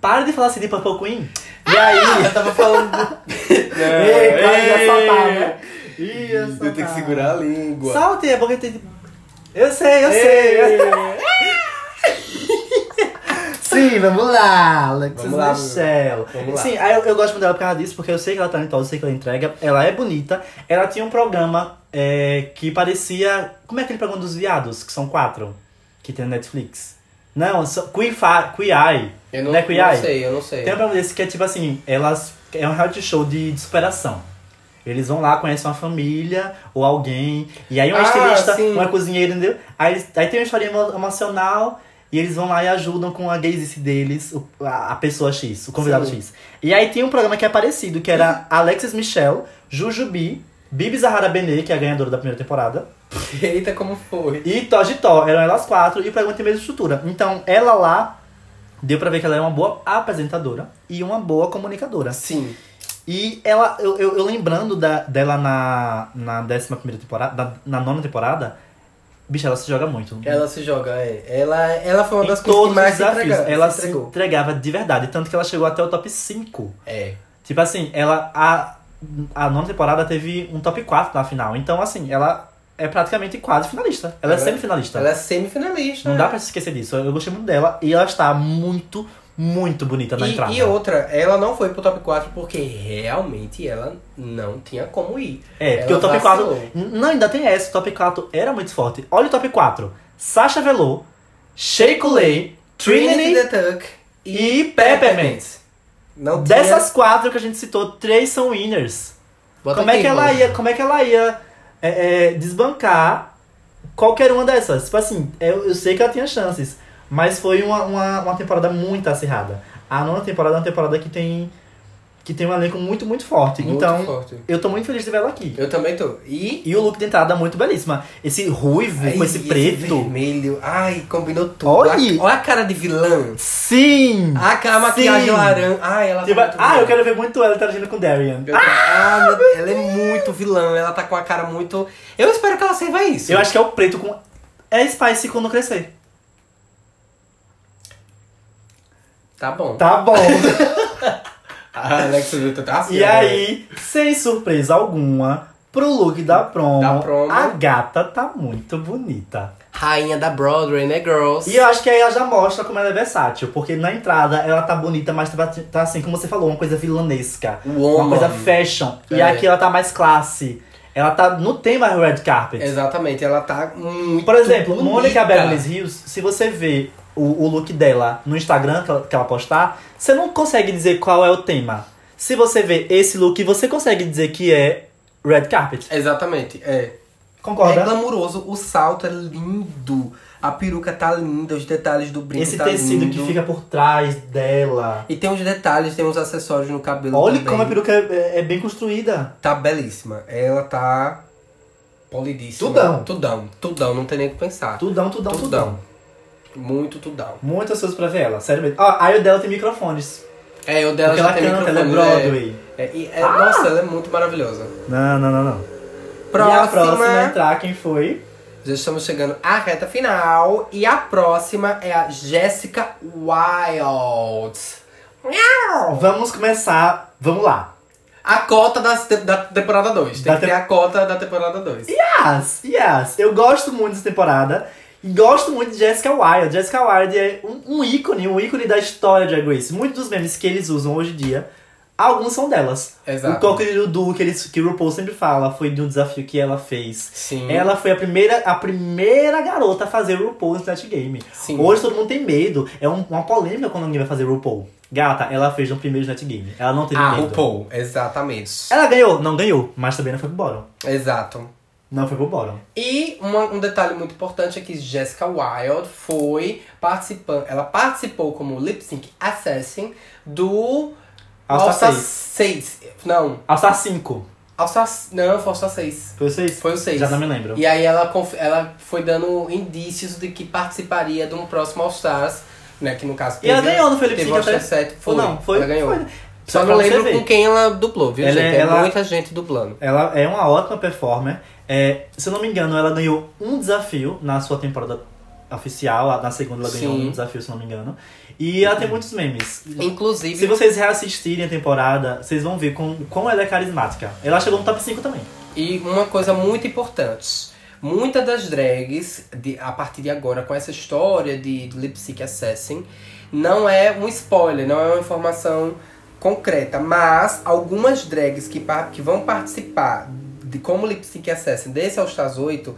Para de falar assim de Purple Queen. E aí? Eu tava falando. do- É. Ei, É, para de assaltar, né? Ih, Eu tenho que assaltar. segurar a língua. Salte, é porque tem... Eu sei, eu sei. Sim, vamos lá, Alexis Vamos lá, Michelle. vamos lá. Sim, aí eu, eu gosto muito dela por causa disso, porque eu sei que ela é talentosa, eu sei que ela entrega, ela é bonita. Ela tinha um programa é, que parecia. Como é aquele programa dos viados, que são quatro, que tem na Netflix? Não, são- Queer Fa- Queer Eye. Eu não, Né, não Kuyai? sei, eu não sei. Tem um programa desse que é tipo assim, elas. É um reality show de, de superação. Eles vão lá, conhecem uma família ou alguém. E aí uma Ah, estilista, sim. uma cozinheira, entendeu? Aí, eles- aí tem uma história emo- emocional e eles vão lá e ajudam com a gaysice deles, o- a, a pessoa X, o convidado Sim. X. E aí tem um programa que é parecido, que era Alexis Michel, Jujubi, Bibi Zahara Benet, que é a ganhadora da primeira temporada. Eita, como foi? E Tó de Tó, eram elas quatro e o programa tem a mesma estrutura. Então, ela lá, deu pra ver que ela é uma boa apresentadora e uma boa comunicadora. Sim. E ela, eu, eu, eu lembrando da, dela na, na décima primeira temporada, na, na nona temporada, bicho, ela se joga muito. Ela se joga, é. Ela, ela foi uma Em das coisas todos que os mais se desafios, entrega- ela se se, entregou. entregava de verdade. Tanto que ela chegou até o top 5. É. Tipo assim, ela. A, a nona temporada teve um top 4 na final. Então, assim, ela é praticamente quase finalista. Ela, Ela- é semifinalista. Ela é semifinalista. Não dá pra se esquecer disso. Eu gostei muito dela e ela está muito, muito bonita na entrada. e, e outra, ela não foi pro top 4 porque realmente ela não tinha como ir. É, porque Ela o top vacilou. 4. Não, ainda tem essa. O top 4 era muito forte. Olha o top 4. Sasha Velour, Shea Coulee, Trinity the Tuck e Peppermint. Não tinha... Dessas quatro que a gente citou, três são winners. Bota Como é aqui, que ela mano. ia, como é que ela ia é, é, desbancar qualquer uma dessas? Tipo assim, eu, eu sei que ela tinha chances, mas foi uma, uma, uma temporada muito acirrada. A nona temporada é uma temporada que tem que tem um elenco muito, muito forte. Muito então, forte. eu tô muito feliz de ver ela aqui. Eu também tô. E... E o look de entrada é muito belíssima. Esse ruivo Ai, com esse preto. vermelho. Ai, combinou tudo. Olha! A- Olha a cara de vilã. Sim! Ah, aquela maquiagem Sim. laranja. Ah, ela Tipo, tá muito ah, vilã. eu quero ver muito ela interagindo com o Darian. Eu- Ah, meu Deus, ela é muito vilã, ela tá com a cara muito. Eu espero que ela saiba isso. Eu acho que é o preto com. É Spice quando crescer. Tá bom. Tá bom. A Alex Luthor tá assim. E aí, sem surpresa alguma, pro look da promo, Da promo. a gata tá muito bonita. Rainha da Broadway, né, girls? E eu acho que aí ela já mostra como ela é versátil, porque na entrada ela tá bonita, mas tá, tá assim, como você falou, uma coisa vilanesca. Woman. Uma coisa fashion. E É. aqui ela tá mais classe. Ela tá no tema red carpet. Exatamente, ela tá muito Por exemplo, bonita. Mônica Beverly Hills, se você vê o, o look dela no Instagram que ela, que ela postar, você não consegue dizer qual é o tema. Se você vê esse look, você consegue dizer que é red carpet. Exatamente, é. É Concorda? glamuroso, o salto é lindo, a peruca tá linda, os detalhes do brinco esse tá tecido lindo. que fica por trás dela. E tem uns detalhes, tem uns acessórios no cabelo Olha também. como a peruca é, é bem construída. Tá belíssima. Ela tá polidíssima. Tudão. Tudão. Tudão, não tem nem o que pensar. Tudão, tudão, tudão. Muito tudão. Muitas coisas pra ver ela, sério mesmo. Ah, aí o dela tem microfones. É, o dela porque já ela tem canta, ela é microfone, né? Broadway. É, e é- Nossa, ela é muito maravilhosa. Não, não, não, não. E a próxima a Próxima. é, entrar, quem foi? Já estamos chegando à reta final. E a próxima é a Jessica Wild. Vamos começar, vamos lá. A cota das te- da temporada 2. Tem Da que ter tem- a cota da temporada 2. Yes, yes. Eu gosto muito dessa temporada. E gosto muito de Jessica Wilde. Jessica Wilde é um, um ícone, um ícone da história de Drag Race. Muitos dos memes que eles usam hoje em dia, alguns são delas. O Exato. Cockney do que, eles, que o RuPaul sempre fala foi de um desafio que ela fez. Sim. Ela foi a primeira, a primeira garota a fazer RuPaul's Night Game. Sim. Hoje tá todo mundo tem medo. É um- uma polêmica quando alguém vai fazer RuPaul. Gata, ela fez no primeiro Night Game. Ela não teve Ah, medo. RuPaul. Exatamente. Ela ganhou? Não ganhou. Mas também não foi pro bottom. Exato. Não foi pro bottom. E uma- um detalhe muito importante é que Jessica Wilde foi participante. Ela participou como lip sync assassin do Alça Alça 6. 6. Não, Alça 5. Alça. Não, foi Alça 6. Foi vocês? Foi o 6. Já não me lembro. E aí ela, conf- ela foi dando indícios de que participaria de um próximo All Stars, né? Que no caso E ela ganhou, não foi lip teve sync All Stars até? 7. Foi, Ou não, foi- Ela ganhou. foi. Só Só não pra você lembro ver. com quem ela dublou, viu, Ela gente? é- É ela- muita gente dublando. Ela é uma ótima performer. É, se eu não me engano, ela ganhou um desafio na sua temporada oficial. a- Na segunda ela ganhou Sim. Uhum. um desafio, se eu não me engano. E ela tem muitos memes. Inclusive, Se vocês reassistirem a temporada, vocês vão ver com, como ela é carismática. Ela chegou no top 5 também. E uma coisa muito importante. Muitas das drags, de- a partir de agora, com essa história de Lip Sync Assassin, não é um spoiler, não é uma informação concreta. Mas algumas drags que, par- que vão participar de como Lip Sync Assassin desse All Stars 8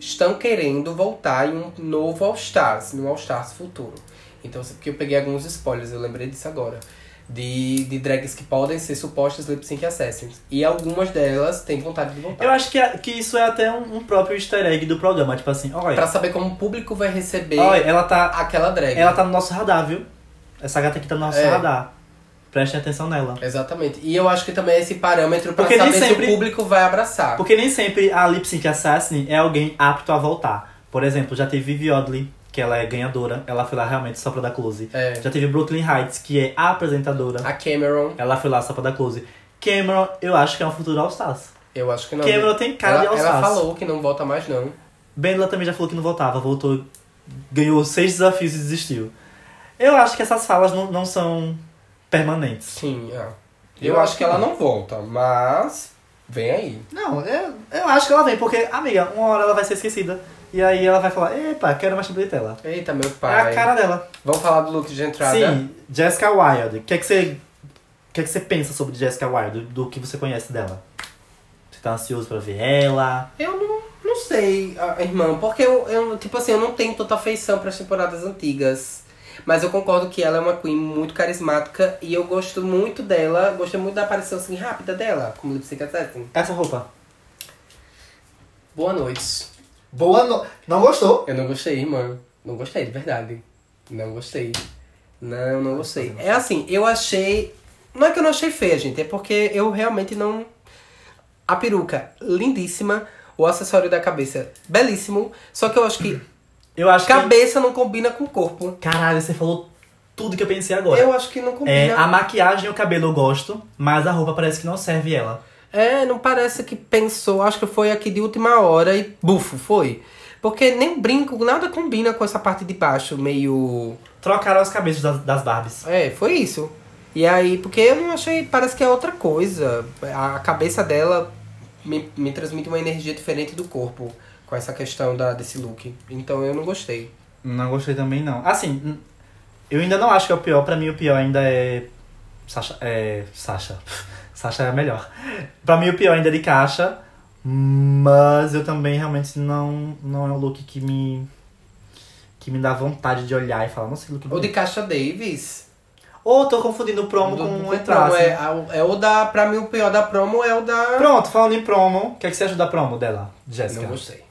estão querendo voltar em um novo All Stars, no All Stars futuro. Então, assim, porque eu peguei alguns spoilers, eu lembrei disso agora. De, de drags que podem ser supostas lip sync assassins. E algumas delas têm vontade de voltar. Eu acho que, é- que isso é até um, um próprio easter egg do programa. Tipo assim, olha, Pra saber como o público vai receber olha ela, tá, aquela drag. ela tá no nosso radar, viu? Essa gata aqui tá no nosso É. radar. Prestem atenção nela. Exatamente. E eu acho que também é esse parâmetro pra Porque nem saber se sempre- o público vai abraçar. Porque nem sempre a Lip Sync Assassin é alguém apto a voltar. Por exemplo, já teve Vivi Odley, que ela é ganhadora. Ela foi lá realmente só pra dar close. É. Já teve Brooklyn Heights, que é a apresentadora. A Cameron, Ela foi lá só pra dar close. Cameron, eu acho que é um futuro All Stars. eu acho que não. Cameron tem cara de ela, All ela Stars. falou que não volta mais, não. Bendla também já falou que não voltava. Voltou, ganhou seis desafios e desistiu. Eu acho que essas falas não, não são permanentes. Sim, é. Eu, acho que ela não volta, mas vem aí. Não, eu, eu acho que ela vem, porque, amiga, uma hora ela vai ser esquecida. E aí ela vai falar, epa, quero mais publicidade dela. Eita, meu É pai. a cara dela. Vamos falar do look de entrada? Sim, Jessica Wilde. O que é que você, o que é que você pensa sobre Jessica Wilde? Do, do que você conhece dela? Você tá ansioso pra ver ela? Eu não, não sei, ah, irmã, porque eu, eu, tipo assim, eu não tenho tanta afeição pras temporadas antigas. Mas eu concordo que ela é uma queen muito carismática e eu gosto muito dela, gostei muito da aparição assim rápida dela, como Lip Sync Assassin. Essa roupa. Boa noite. Boa no... Não gostou? Eu não gostei, irmã. Não gostei, de verdade. Não gostei. Não, não gostei. É assim, eu achei. Não é que eu não achei feia, gente, é porque eu realmente não. A peruca, lindíssima. O acessório da cabeça, belíssimo. Só que eu acho que Eu acho que... é- Cabeça não combina com corpo. Caralho, você falou tudo que eu pensei agora. Eu acho que não É, a combina. maquiagem e o cabelo eu gosto, mas a roupa parece que não serve ela. É, não parece que pensou. Acho que foi aqui de última hora e bufo, foi. Porque nem o brinco, nada combina com essa parte de baixo, meio. Trocaram as cabeças das, das Barbies. É, foi isso. E aí, porque eu não achei. Parece que é outra coisa. A cabeça dela me, me transmite uma energia diferente do corpo. Com com essa questão da, desse look. Então eu não gostei. Não gostei também, não. Assim, hum, eu ainda não acho que é o pior. Pra mim, o pior ainda é. Sasha. É. Sasha. Sasha é a melhor. Pra mim, o pior ainda é de caixa. Mas eu também realmente não, não é um look que me. que me dá vontade de olhar e falar, nossa, que look O de bonito. Caixa Davis. Ou tô confundindo o promo do- com assim. do o promo, entrasse. é, a- é o da. Pra mim, o pior da promo é o da. Pronto, falando em promo, o que, é que você acha da promo dela, Jéssica? Não gostei.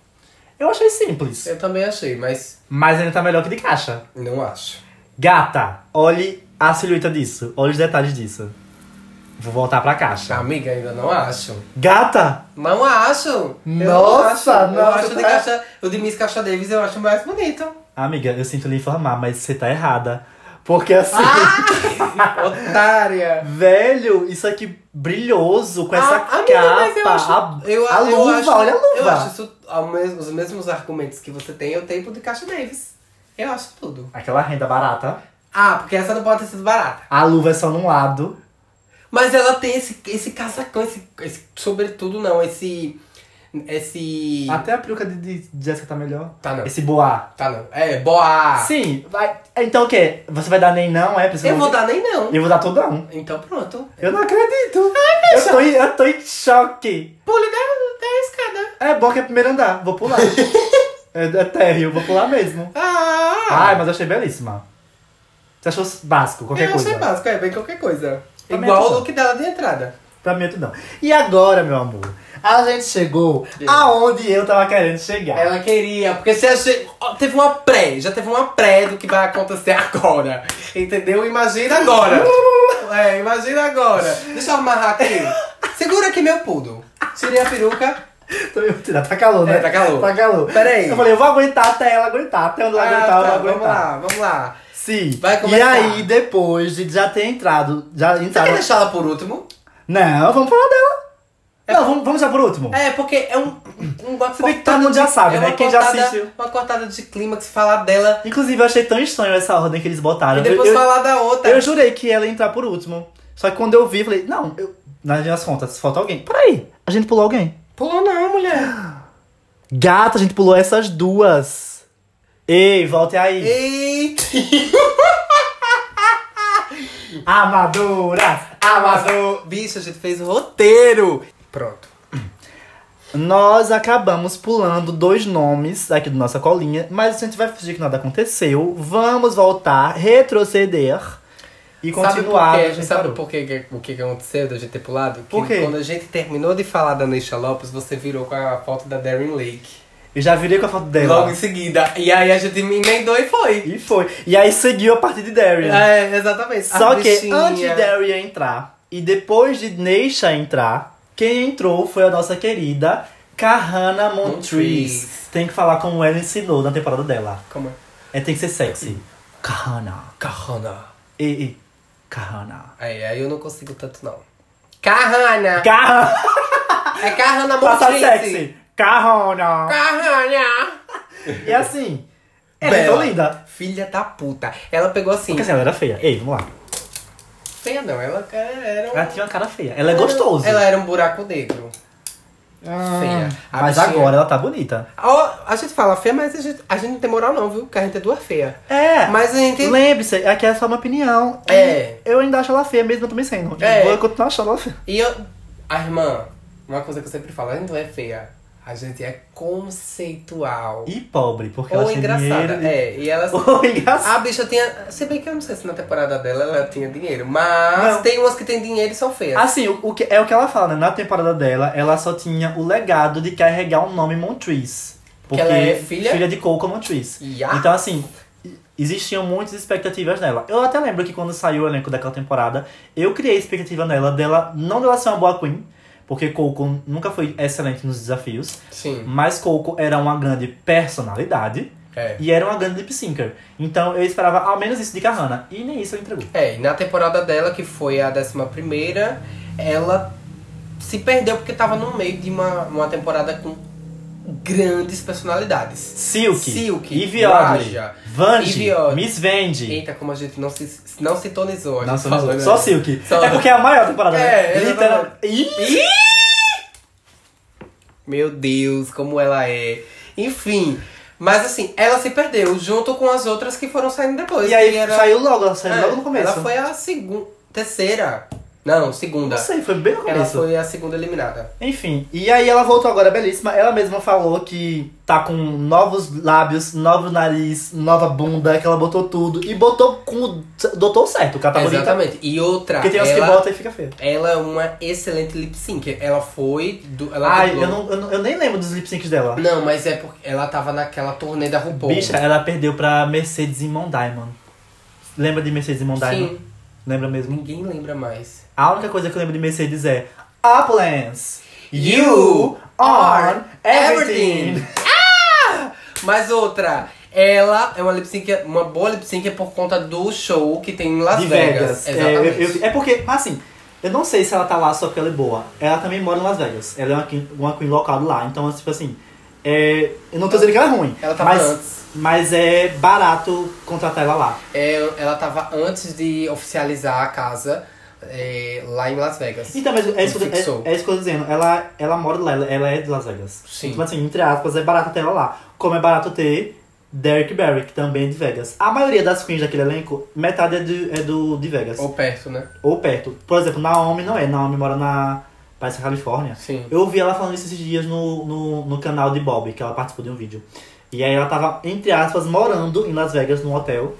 Eu achei simples, Eu também achei, mas mas ainda tá melhor que de caixa. não acho. Gata, olhe a silhueta disso, olhe os detalhes disso. Vou voltar pra caixa. Amiga, ainda não acho. Gata! Não acho! Eu Nossa, não acho. Eu nossa, acho o de tá- caixa, o de Miss Caixa Davis eu acho mais bonito. Amiga, eu sinto lhe informar, mas você tá errada. Porque assim, Ah! Otária! velho, isso aqui brilhoso, com essa Ah, amiga, capa, mas eu acho- a, eu- a eu luva, acho- olha a luva. Eu acho isso, ao mes- os mesmos argumentos que você tem, eu tenho pro de Caixa Davis. Eu acho tudo. Aquela renda barata. Ah, porque essa não pode ter sido barata. A luva é só num lado. Mas ela tem esse, esse casacão, esse, esse sobretudo não, esse. Esse. Até a peruca de, de Jéssica tá melhor. Tá não. Esse boá. Tá não. É, boa! Sim, vai. Então o quê? Você vai dar nem não, é? Pra você Eu vou não- dar nem não. Eu vou dar tudão. Então pronto. Eu não acredito. Ai, eu, tô, em- eu tô em choque. Pule da, da escada. É bom que é primeiro andar, vou pular. é, é térreo, vou pular mesmo. Ah! Ai, mas eu achei belíssima. Você achou básico, qualquer eu coisa? achei básico, é bem qualquer coisa. Também é Igual acho o bom. look dela de entrada. Pra mim é tudão. E agora, meu amor, a gente chegou Sim. aonde eu tava querendo chegar. Ela queria, porque você achei. ó, Teve uma pré, já teve uma pré do que vai acontecer agora. Entendeu? Imagina agora. É, imagina agora. Deixa eu amarrar aqui. Segura aqui meu pudo. Tirei a peruca. Tô me mentindo, tá calor, né? É, tá calor. Tá calor. Peraí. Eu falei, eu vou aguentar até ela aguentar, até onde ela Ah, aguentar, tá, eu vou vamos aguentar. lá, vamos lá. Sim. Vai e começar. aí, depois de já ter entrado, já Você quer entraram. deixar ela por último? Não, vamos falar dela. Não, vamos, vamos já por último. É, porque é um. um uma Se bem que cortada todo mundo já de- sabe, é né? uma Quem já cortada- assistiu. Uma cortada de clímax, falar dela Inclusive, eu achei tão estranho essa ordem que eles botaram. e depois eu, eu- falar da outra. eu jurei que ela ia entrar por último. Só que quando eu vi, eu falei, não, eu, nas minhas contas, falta alguém. Peraí, a gente pulou alguém. Pulou não, mulher. Gata, a gente pulou essas duas. Ei, volte aí. Eita! Amadoras, amadoras. Bicho, a gente fez o roteiro. Pronto. Nós acabamos pulando dois nomes aqui do nossa colinha, mas a gente vai fingir que nada aconteceu. Vamos voltar, retroceder e continuar. Sabe a por, quê? gente Sabe parou. por quê que, o que que aconteceu da gente ter pulado? Por que quê? quando a gente terminou de falar da Neisha Lopes, você virou com a foto da Darren Lake. Eu já virei com a foto dela. Logo em seguida. E aí a gente me emendou e foi. E foi. E aí seguiu a parte de Darian. É, exatamente. A Só que bichinha. antes de Darian entrar e depois de Neisha entrar, quem entrou foi a nossa querida Kahana Montrese. Montrese. Tem que falar como ela ensinou na temporada dela. Como é? É, tem que ser sexy. Kahana. Carrana. E, e Kahana. Aí, aí eu não consigo tanto, não. Carrana! Kahana. É Carrana Passa Montrese. sexy. Carrona. Carrana! E assim, ela é Bela. ficou linda. Filha da puta. Ela pegou assim. Porque assim, ela era feia. Ei, vamos lá. Feia não, ela era um... Ela tinha uma cara feia. Ela é gostosa. Ela era um buraco negro. feia. A Mas bichinha- agora ela tá bonita. Ó, a gente fala feia, mas a gente, a gente não tem moral não, viu? Porque a gente é duas feias. É. Mas a gente... Lembre-se, aqui é só uma opinião. É. Eu ainda acho ela feia, mesmo eu também sendo. É. Vou continuar achando ela feia. E eu... A irmã, uma coisa que eu sempre falo, a gente não é feia. A gente é conceitual. E pobre, porque ela Ou tinha engraçada. dinheiro. É, e ela... Ou engraçada. A bicha tinha... Se bem que eu não sei se na temporada dela ela tinha dinheiro. Mas Não. tem umas que tem dinheiro e são feias. Assim, o, o que, é o que ela fala, né? Na temporada dela, ela só tinha o legado de carregar o nome Montrese. Porque ela é filha- de Coco Montrese. Ya. Então, assim, i- existiam muitas expectativas nela. Eu até lembro que quando saiu o elenco daquela temporada, eu criei expectativa nela, dela não dela ser uma boa queen, porque Coco nunca foi excelente nos desafios, Sim. mas Coco era uma grande personalidade É. e era uma grande lip syncer. Então, eu esperava ao menos isso de Kahana, e nem isso ela entregou. É, e na temporada dela, que foi a 11 primeira, ela se perdeu porque tava no meio de uma, uma temporada com grandes personalidades. Silk, Silk, Ivy Oddly, Raja, Vange, Ivy Oddly. Miss Vange. Eita, como a gente não se, não sintonizou. a gente Não, só, falou, né? só Silk. Só- É porque é a maior temporada, É, né? exatamente. Literal. Ih! Meu Deus, como ela é. Enfim. Mas assim, ela se perdeu junto com as outras que foram saindo depois. E aí que assim, era- saiu logo, ela saiu É, logo no começo. Ela foi a segunda. Terceira. Não, segunda. Não sei, foi bem no Ela começo. foi a segunda eliminada. Enfim, e aí ela voltou agora belíssima. Ela mesma falou que tá com novos lábios, novo nariz, nova bunda, que ela botou tudo. E botou com o. Botou certo, o cara tá bonita. Exatamente. E outra. Porque tem ela, uns que botam e fica feio. ela é uma excelente lip sync. Ela foi. Do, ela Ai, dublou- eu, não, eu, não- eu nem lembro dos lip syncs dela. Não, mas é porque ela tava naquela turnê da RuPaul. Bicha, ela perdeu pra Mercedes e Mon Diamond. Lembra de Mercedes e Mon Diamond? Sim, Lembra mesmo? ninguém lembra mais. A única coisa que eu lembro de Mercedes é Uplands. You are everything. Mas outra, ela é uma lip sync, uma boa lip sync por conta do show que tem em Las de Vegas. Vegas. É, eu- Exatamente. eu- é porque, assim, eu não sei se ela tá lá só porque ela é boa. Ela também mora em Las Vegas. Ela é uma queen, uma queen local lá. Então, tipo assim, é, eu não tô dizendo que ela é ruim. Ela tava mas, antes. mas é barato contratar ela lá. É, ela tava antes de oficializar a casa é, lá em Las Vegas. Então, mas é isso, que eu- Fixou. é, é isso que eu tô dizendo. Ela, ela mora lá, ela, ela é de Las Vegas. Sim. Então, assim, entre aspas, é barato ter ela lá. Como é barato ter Derek Barry, que também é de Vegas. A maioria das queens daquele elenco, metade é, de, é do, de Vegas. Ou... Ou perto, né? perto. Por exemplo, Naomi não é. Naomi mora na... Parece na Califórnia. Sim. Eu ouvi ela falando isso esses dias no, no, no canal de Bob, que ela participou de um vídeo. E aí ela tava, entre aspas, morando em Las Vegas, num hotel,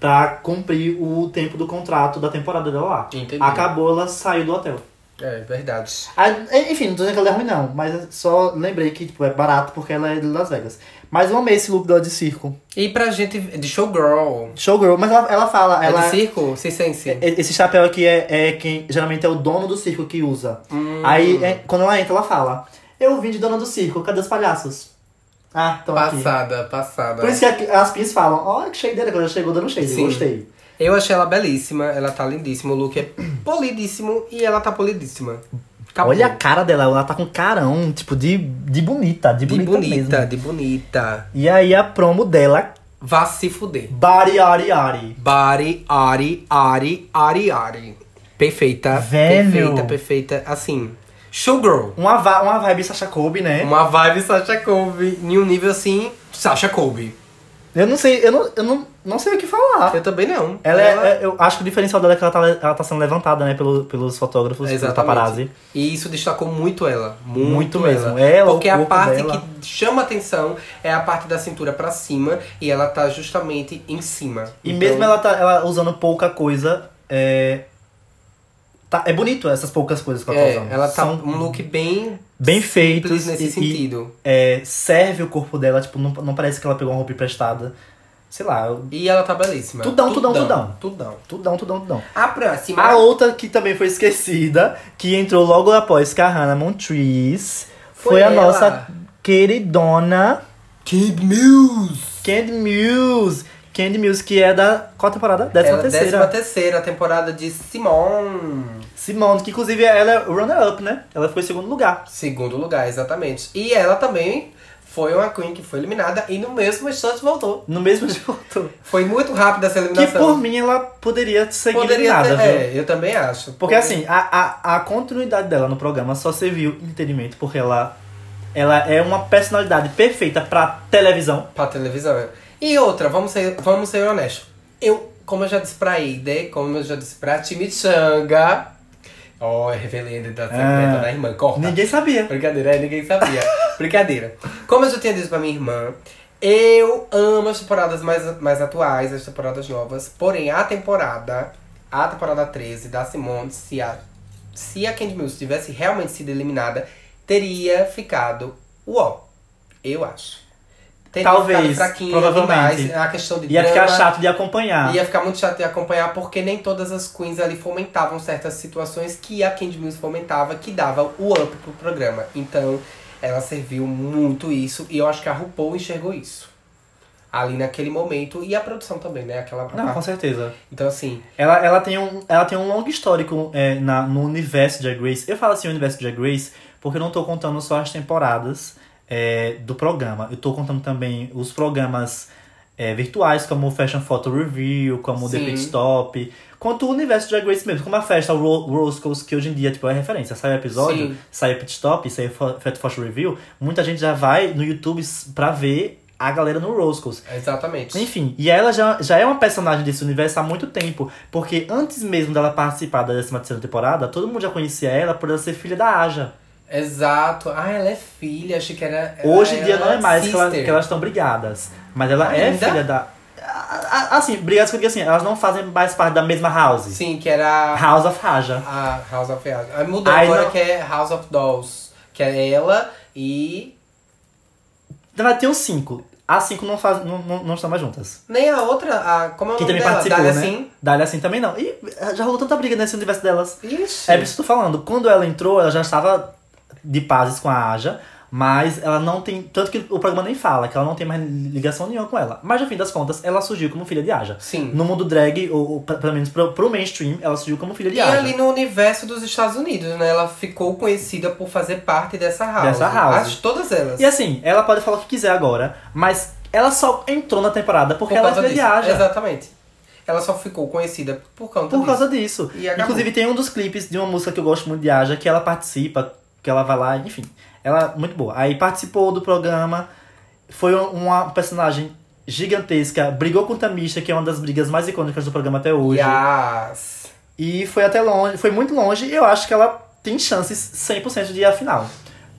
pra cumprir o tempo do contrato da temporada dela lá. Entendi. Acabou, ela saiu do hotel. É verdade. Ah, Enfim, não tô dizendo que ela é ruim, não, mas só lembrei que tipo, é barato porque ela é de Las Vegas. Mas eu amei esse look dela de circo. E pra gente de showgirl. Showgirl, mas ela, ela fala, É ela. de circo? Sim, sim, sim. E- Esse chapéu aqui é, é quem geralmente é o dono do circo que usa. Hum. Aí, é- quando ela entra, ela fala: Eu vim de dona do circo, cadê os palhaços? Ah, estão aqui. Passada, passada. Por isso que a- as pins falam: Ó, que shadeira, quando ela chegou dando shade, Sim. gostei. Eu achei ela belíssima, ela tá lindíssima, o look é polidíssimo e ela tá polidíssima. Acabou. Olha a cara dela, ela tá com carão, tipo, de, de bonita, de de bonita, bonita, mesmo. de bonita. E aí a promo dela, Vá se fuder. Bari Ari Ari. Bari, Ari, Ari, Ari, Ari. Perfeita. Velho. Perfeita, perfeita. Assim, showgirl. Uma, va uma vibe Sasha Kobe, né? Uma vibe Sasha Colby. Em um nível assim, Sasha Colby. Eu não sei, eu não, eu não, não sei o que falar. Eu também não. Ela é- é- eu acho que o diferencial dela é que ela tá, ela tá sendo levantada, né, pelo, pelos fotógrafos, pelos Exatamente. paparazzi. E isso destacou muito ela. Muito, Muito mesmo. Ela. Ela, o Porque é a corpo parte dela. que chama atenção é a parte da cintura pra cima e ela tá justamente em cima. E Então, mesmo ela, tá, ela usando pouca coisa, é... Tá, é bonito essas poucas coisas que ela tá é, usando. ela tá São um look bem bem feitos simples nesse e, e, sentido. é, serve o corpo dela, tipo, não, não parece que ela pegou uma roupa emprestada. Sei lá, eu- E ela tá belíssima. Tudão, tudão, tudão. Tudão. tudão, tudão, tudão. A próxima. A outra que também foi esquecida, que entrou logo após Carrana Montrese, foi, Foi a ela. nossa queridona Kid Mills. Candy Muse. Candy Muse, que é da qual temporada? Décima Ela, é terceira. décima terceira temporada de Simon. Simone, que inclusive ela é runner-up, né? Ela ficou em segundo lugar. Segundo lugar, exatamente. E ela também foi uma queen que foi eliminada e no mesmo instante voltou. No mesmo jogo. Foi muito rápida essa Que eliminação. por mim ela poderia seguir nada, ter- viu? É, eu também acho. Porque assim, a, a, a continuidade dela no programa só serviu entendimento, porque ela, ela é uma personalidade perfeita pra televisão. Pra televisão. é- E outra, vamos ser, vamos ser honestos. Eu, como eu já disse pra Ide, como eu já disse pra Timichanga. Ó, oh, revelei a identidade secreta Ah. da irmã, corta. Ninguém sabia. Brincadeira, é, ninguém sabia. Brincadeira. Como eu já tinha dito pra minha irmã, eu amo as temporadas mais, mais atuais, as temporadas novas. Porém, a temporada, a temporada 13 da Simone, se a, se a Candy Mills tivesse realmente sido eliminada, teria ficado uó. Eu acho. Teria Talvez, ficado fraquinha provavelmente. demais, A questão de Ia ficar drama, chato de acompanhar. Ia ficar muito chato de acompanhar, porque nem todas as queens ali fomentavam certas situações que a Candy Mills fomentava, que dava o up pro programa. Então, ela serviu muito isso, e eu acho que a RuPaul enxergou isso. Ali naquele momento, e a produção também, né? Aquela Não, com certeza. Então, assim, Ela, ela, tem, um, ela tem um longo histórico é, na, no universo de Drag Race. Eu falo assim, universo de Drag Race, porque eu não tô contando só as temporadas é, do programa. Eu tô contando também os programas é, virtuais, como o Fashion Photo Review, como o The Sim. Pit Stop, quanto o universo de Drag Race mesmo, como a festa, o Ro- Rose Coast, que hoje em dia tipo, é referência. Sai o episódio, Sim. sai o Pit Stop, sai o Fo- Photo Photo Review, muita gente já vai no YouTube s- pra ver a galera no Rose Coast. Exatamente. Enfim, e ela já, já é uma personagem desse universo há muito tempo. Porque antes mesmo dela participar da 13 temporada, todo mundo já conhecia ela por ela ser filha da Aja. Exato. Ah, ela é filha, achei que era. ela Hoje em dia era não é mais que, ela- sister. que elas estão brigadas. Mas ela é Ainda? filha da. a- a- Assim, brigadas que eu digo assim, elas não fazem mais parte da mesma house. Sim, que era House of Raja. a House of Aí mudou Ai, agora não. que é House of Dolls. Que é ela e. Então vai ter os cinco. As cinco não, faz, não, não, não estão mais juntas. Nem a outra, a... como é o Que nome também dela? participou, Dália né? Sim. Dali assim também não. E já rolou tanta briga nesse universo delas. Ixi. É por isso que eu tô falando. Quando ela entrou, ela já estava de pazes com a Aja, mas ela não tem. Tanto que o programa nem fala, que ela não tem mais ligação nenhuma com ela. Mas no fim das contas, ela surgiu como filha de Aja. Sim. No mundo drag, ou, ou pra- pelo menos pro, pro mainstream, ela surgiu como filha de E Aja. ali no universo dos Estados Unidos, né? Ela ficou conhecida por fazer parte dessa house. Dessa house. As- todas elas. E assim, ela pode falar o que quiser agora, mas ela só entrou na temporada porque Por ela é causa filha de disso. Aja. Exatamente. Ela só ficou conhecida por conta Por disso. causa disso. E acabou. Inclusive, tem um dos clipes de uma música que eu gosto muito de Aja, que ela participa, que ela vai lá, enfim. Ela é muito boa. Aí participou do programa, foi um, uma personagem gigantesca, brigou com Tamisha, que é uma das brigas mais icônicas do programa até hoje. Yes. E foi até longe, foi muito longe, e eu acho que ela tem chances 100% de ir à final.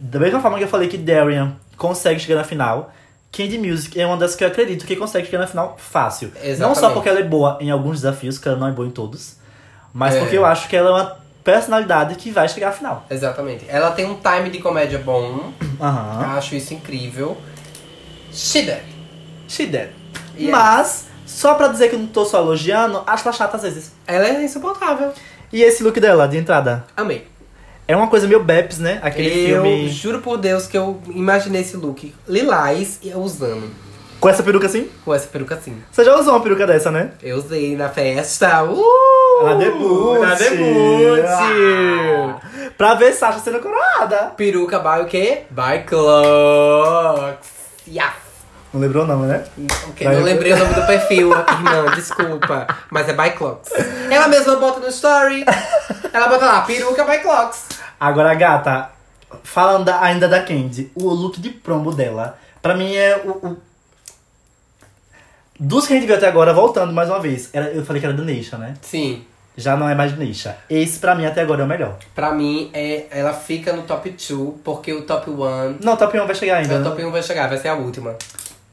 Da mesma forma que eu falei que Darian consegue chegar na final, Candy Music é uma das que eu acredito que consegue chegar na final fácil. Não só Exatamente. porque ela é boa em alguns desafios, que ela não é boa em todos, mas É. porque eu acho que ela é uma personalidade que vai chegar à final. Exatamente. Ela tem um time de comédia bom. Aham. Acho isso incrível. Shida. She dead. Yes. Mas, só pra dizer que eu não tô só elogiando, acho ela chata às vezes. Ela é insuportável. E esse look dela, de entrada? Amei. É uma coisa meio Beps, né? Aquele eu filme juro por Deus que eu imaginei esse look lilás e eu usando. com essa peruca assim. Com essa peruca assim. Você já usou uma peruca dessa, né? Eu usei na festa. Uh! Na debut. Na debut. Ah. Pra ver Sasha sendo coroada. Peruca by o quê? By Clocks. Yeah. Não lembrou o nome, né? Ok, não lembrei o nome do perfil, irmã, desculpa. Mas é by Clocks. Ela mesma bota no story. Ela bota lá, peruca by Clocks. Agora, gata, falando da- ainda da Candy, o look de promo dela, pra mim é o. o- Dos que a gente viu até agora, voltando mais uma vez, era- eu falei que era do Neisha, né? Sim. Já não é mais do Neisha. Esse, pra mim, até agora é o melhor. Pra mim, é, ela fica no top 2, porque o top 1. Não, o Top 1 vai chegar ainda. É O né? top 1 vai chegar, vai ser a última.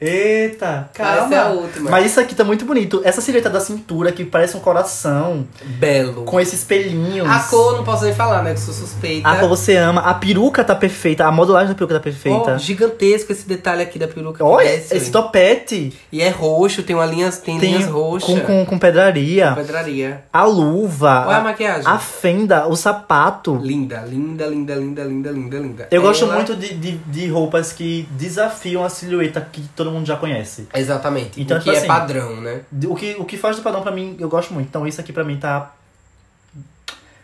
Eita, calma. ser a última. Mas isso aqui tá muito bonito. Essa silhueta da cintura que parece um coração, Belo. com esses pelinhos. A cor, não posso nem falar, né? Que sou suspeita. A cor você ama. A peruca tá perfeita. A modelagem da peruca tá Oh, perfeita. gigantesco esse detalhe aqui da peruca. Olha, parece, esse hein? topete E é roxo, tem uma linha, tem linhas roxas. com, com, com pedraria. Pedraria. A luva. Olha é a maquiagem. a fenda, o sapato. Linda, linda, linda, linda, linda, linda, linda. Eu gosto Ela- muito de, de, de roupas que desafiam a silhueta que todo mundo já conhece. Exatamente. Então, o que tipo é assim, padrão, né? De- O que, o que faz do padrão pra mim, eu gosto muito. Então isso aqui pra mim tá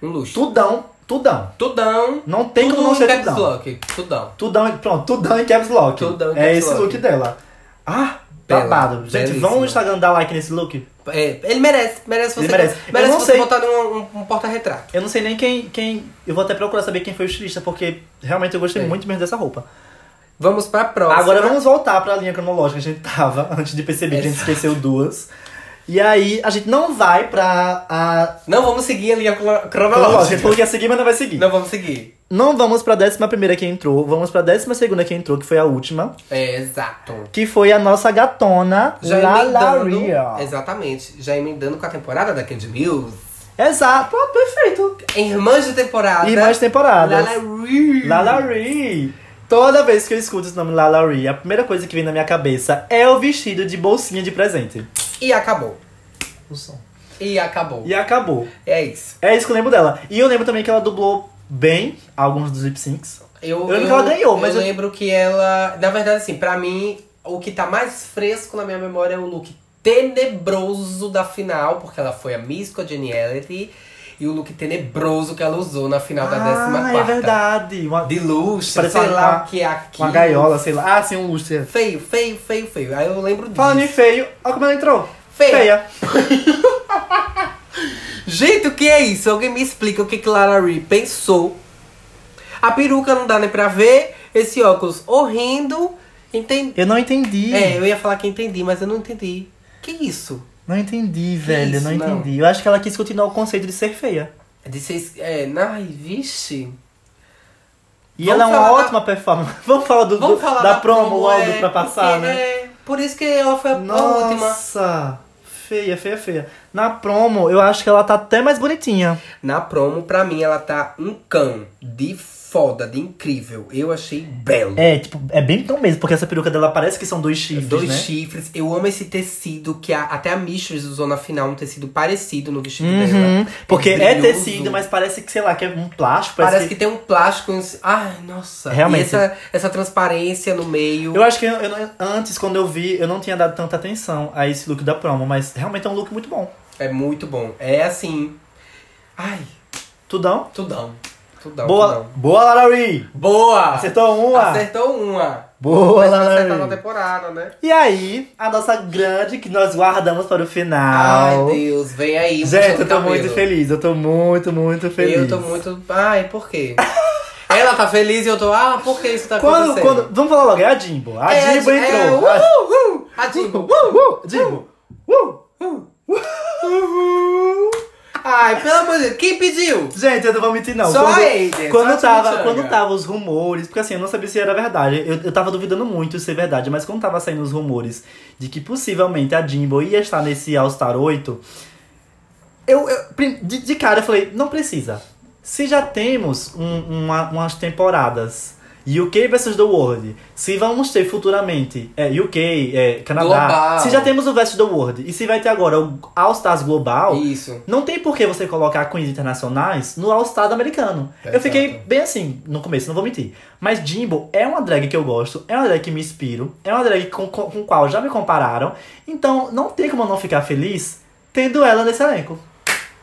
Um luxo. tudão, tudão. Tudão. Não tem como tudo não ser caps tudão. lock. Tudão. Tudão, e- pronto, tudão e caps lock. Tudão e é caps esse lock. look dela. Ah, Bela, babado. Gente, vão belíssima. no Instagram dar like nesse look. É, ele merece, merece você. Ele merece. Eu não você sei- botar num um, um porta-retrato. Eu não sei nem quem, quem. Eu vou até procurar saber quem foi o estilista, porque realmente eu gostei É. muito mesmo dessa roupa. Vamos pra próxima. Agora vamos voltar pra linha cronológica que a gente tava, antes de perceber que a gente esqueceu duas. E aí, a gente não vai pra a Não vamos seguir a linha cro- cronológica. A cronológica. gente falou que ia seguir, mas não vai seguir. Não, Não vamos seguir. vamos pra décima primeira que entrou, vamos pra décima segunda que entrou, que foi a última. É, exato. Que foi a nossa gatona, Lalaria. Exatamente. Já emendando com a temporada da Candy Mills. Exato, pronto, perfeito. Irmãs de temporada. E mais temporadas. Lalaria. Lalari. Toda vez que eu escuto esse nome Lalari, a primeira coisa que vem na minha cabeça é o vestido de bolsinha de presente. E acabou. O som. E acabou. E acabou. É isso. É isso que eu lembro dela. E eu lembro também que ela dublou bem alguns dos lip syncs. Eu, Eu lembro que ela ganhou, mas eu eu- lembro que ela. Na verdade, assim, pra mim, o que tá mais fresco na minha memória é o look tenebroso da final, porque ela foi a Miss Congeniality. e o look tenebroso que ela usou na final da décima Ah, é quarta. verdade. Uma, De luxo, Parece sei uma- lá o que é aqui. uma gaiola, sei lá. Ah, sim, um lustre. Feio, feio, feio, feio. Aí eu lembro disso. Falando em feio, olha como ela entrou. Feia. Gente, o que é isso? Alguém me explica o que que Lara Ree pensou. A peruca não dá nem pra ver. Esse óculos horrendo. Entendi. Eu não entendi. É, eu ia falar que entendi, mas eu não entendi. Que isso? Não entendi, velho. isso, não não? entendi. Eu acho que ela quis continuar o conceito de ser feia. É de seis... É, ai, vixe. E Vamos ela é uma falar da- ótima performance. Vamos falar, do, Vamos do- falar da, promo logo é, pra passar, porque né? É, por isso que ela foi a, a última. Nossa, feia, feia, feia. Na promo, eu acho que ela tá até mais bonitinha. Na promo, pra mim, ela tá um cão de foda, de incrível. Eu achei belo. É, tipo, é bem tão mesmo, porque essa peruca dela parece que são dois chifres, É Dois né? chifres. Eu amo esse tecido que a- até a Mistress usou na final, um tecido parecido no vestido Uhum, dela. porque é né? Brilhoso. tecido, mas parece que, sei lá, que é um plástico. Parece, Parece que... que... tem um plástico. em si- Ai, nossa. Realmente. E essa, essa transparência no meio. Eu acho que eu, eu não- antes, quando eu vi, eu não tinha dado tanta atenção a esse look da promo, mas realmente é um look muito bom. É muito bom. É assim. Ai, Tudão? tudão. Tudão. boa, tudão. boa, Larry! Boa! Acertou uma! Acertou uma. Boa, Mas vai acertar na Larry! temporada, né? E aí, a nossa grande que nós guardamos para o Ai, final. Deus, vem aí. puxou Gente, do eu tô muito cabelo. feliz, eu tô muito, muito feliz. Eu tô muito. Ai, por quê? Ela tá feliz e eu tô. Ah, por que isso tá Quando, acontecendo? quando, vamos falar logo, é a Jimbo. A É, Jimbo a Di- entrou. É, A- uh, uh, a Jimbo. Uh, uh, Jimbo. Uh. Ai, pelo amor de Deus. Quem pediu? Gente, eu não vou mentir, não. Só quando, ele, quando, só a tava, Tchanga. quando tava os rumores, porque assim, eu não sabia se era verdade. Eu, eu tava duvidando muito se é verdade, mas quando tava saindo os rumores de que possivelmente a Jimbo ia estar nesse All-Star 8, eu, eu- prim- de, de cara eu falei, não precisa. Se já temos um- uma- umas temporadas. UK versus The World. Se vamos ter futuramente é, UK, é, Canadá. Global. Se já temos o versus The World. E se vai ter agora o All Stars Global. Isso. Não tem por que você colocar queens internacionais no All-Star americano. Exato. Eu fiquei bem assim no começo, não vou mentir. Mas Jimbo é uma drag que eu gosto, é uma drag que me inspiro, é uma drag com, com, com qual já me compararam. Então não tem como eu não ficar feliz tendo ela nesse elenco.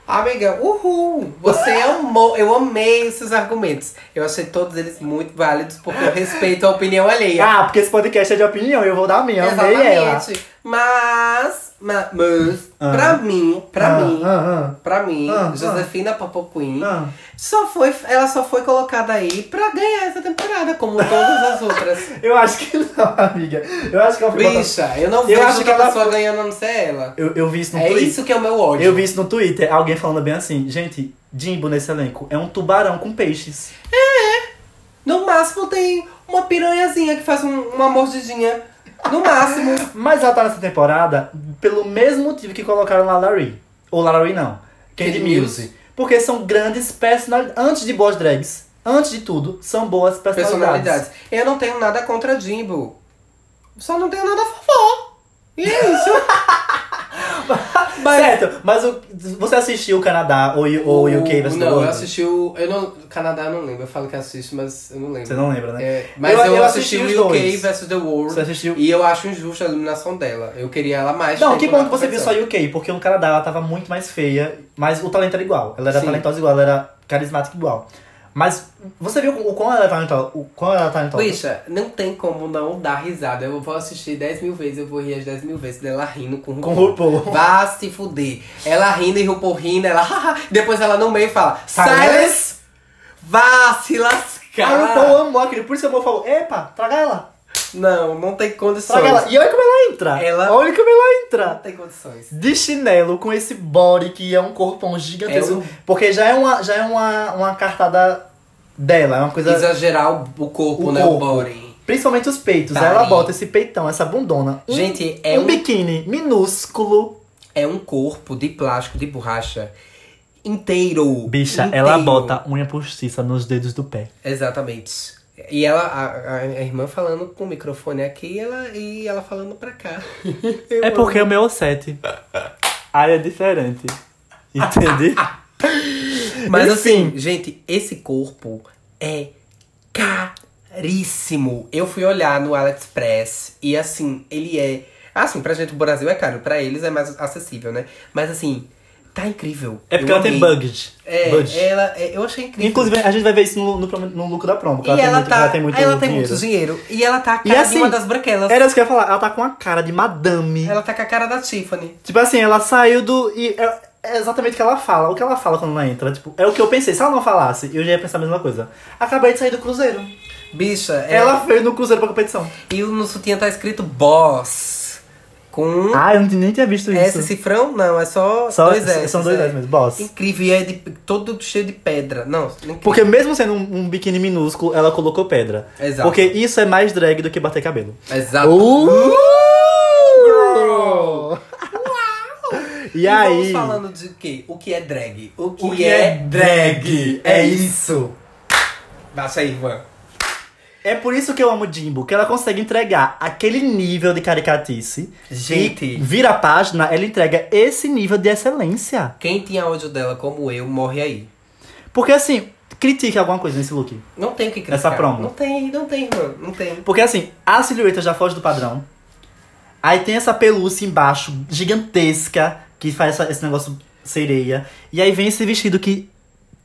Amiga, uhul! Você amou, eu amei os seus argumentos. Eu achei todos eles muito válidos, porque eu respeito a opinião alheia. Ah, porque esse podcast é de opinião, eu vou dar a minha, eu amei ela. Mas, ma- mas, Ah. pra mim, pra Ah, mim, ah, pra mim, Ah, ah. Josefina Popo Queen ah. só foi, ela só foi colocada aí pra ganhar essa temporada, como todas as outras. Eu acho que não, amiga. Eu acho que ela foi botada- Bicha, eu não Eu vejo acho que outra ela pessoa ganhando a não ser ela. Eu, eu vi isso no É Twitter. isso que é o meu ódio. Eu vi isso no Twitter, alguém falando bem assim, gente, Jimbo nesse elenco é um tubarão com peixes. No máximo tem uma piranhazinha que faz um- uma mordidinha. No máximo. Mas ela tá nessa temporada pelo mesmo motivo que colocaram Lala Ree. Ou Lala Ree não. Candy Candy Muse. Porque são grandes personalidades. Antes de boas drags, antes de tudo, são boas personalidades. Personalidades. Eu não tenho nada contra Jimbo. Só não tenho nada a favor. E é isso. Mas- Certo, mas o- você assistiu o Canadá ou, ou o UK versus Não, eu World? assisti o. Eu não, Canadá eu não lembro. Eu falo que assisto, mas eu não lembro. Você não lembra, né? É, mas Eu- eu, eu assisti, assisti o os UK dois. vs The World. Você assistiu- E eu acho injusta a eliminação dela. Eu queria ela mais. Não, tempo que na bom que você viu competição. só UK, porque no Canadá ela tava muito mais feia, mas o talento era igual. Ela era Sim. talentosa igual, ela era carismática igual. Mas você viu o quão ela era talentosa? O quão ela era talentosa? Bicha, não tem como não dar risada. Eu vou assistir 10 mil vezes, eu vou rir as 10 mil vezes dela rindo com o Com RuPaul. o RuPaul. Vá se fuder. Ela rindo e RuPaul rindo, ela. hahaha. Depois ela no meio fala: Silence. Silence! Vá se lascar! Cara, o Paul amou aquele, por isso que o Paul falou, epa, traga ela, Não, não tem condições. traga ela. E olha como ela entra, Ela- olha como ela Não entra. tem condições. De chinelo, com esse body que é um corpão gigantesco. É um- Porque já é, uma, já é uma, uma cartada dela, é uma coisa... Exagerar o, o corpo, O né? corpo. O body. Principalmente os peitos, Tá ela aí. bota esse peitão, essa bundona. Um- Gente, é um um- biquíni minúsculo. É um corpo de plástico, de borracha. Inteiro. Bicha, inteiro. ela bota unha postiça nos dedos do pé. Exatamente. E ela, a, a- a irmã falando com o microfone aqui ela, e ela falando pra cá. Eu é amo. porque o meu é o 7. Aí é diferente. Entende? Mas Enfim. assim, gente, esse corpo é caríssimo. Eu fui olhar no AliExpress e assim, ele é. Assim, pra gente o Brasil é caro, pra eles é mais acessível, né? Mas assim, Tá incrível. É porque Eu ela tem amei. bugged. É, Bugged. ela, é, eu achei incrível. Inclusive, a gente vai ver isso no, no, promo- no lucro da promo, e porque ela, ela, tem é muito, tá, ela tem muito ela tem dinheiro. muito dinheiro. E ela tá a E cara de assim, uma das branquelas. Era isso que eu ia falar, ela tá com a cara de madame. Ela tá com a cara da Tiffany. Tipo assim, ela saiu do. E é, é exatamente o que ela fala, o que ela fala quando ela entra. Tipo, é o que eu pensei. Se ela não falasse, eu já ia pensar a mesma coisa. Acabei de sair do Cruzeiro. Bicha, ela... Ela foi no Cruzeiro pra competição. E no sutiã tá escrito Boss. Com Ah, eu nem tinha visto S isso. cifrão? Não, é só, Só, É, dois S. são dois é. S mesmo, boss. Incrível, e é de- todo cheio de pedra. Não, incrível. Porque mesmo sendo um, um biquíni minúsculo, ela colocou pedra. Exato. Porque isso é mais drag do que bater cabelo. Exato. Uh! E Vamos aí... falando de quê? O que é drag? O que, O que é, é drag? É isso. Baixa aí, Ivan. É por isso que eu amo Jimbo, que ela consegue entregar aquele nível de caricatice. Gente. E vira a página, ela entrega esse nível de excelência. Quem tinha ódio dela como eu, morre aí. Porque assim, critique alguma coisa nesse look. Não tem o que criticar. Essa promo. Não tem, não tem, Ivan. Não tem. Porque assim, a silhueta já foge do padrão. Aí tem essa pelúcia embaixo, gigantesca, que faz essa- esse negócio sereia. E aí vem esse vestido que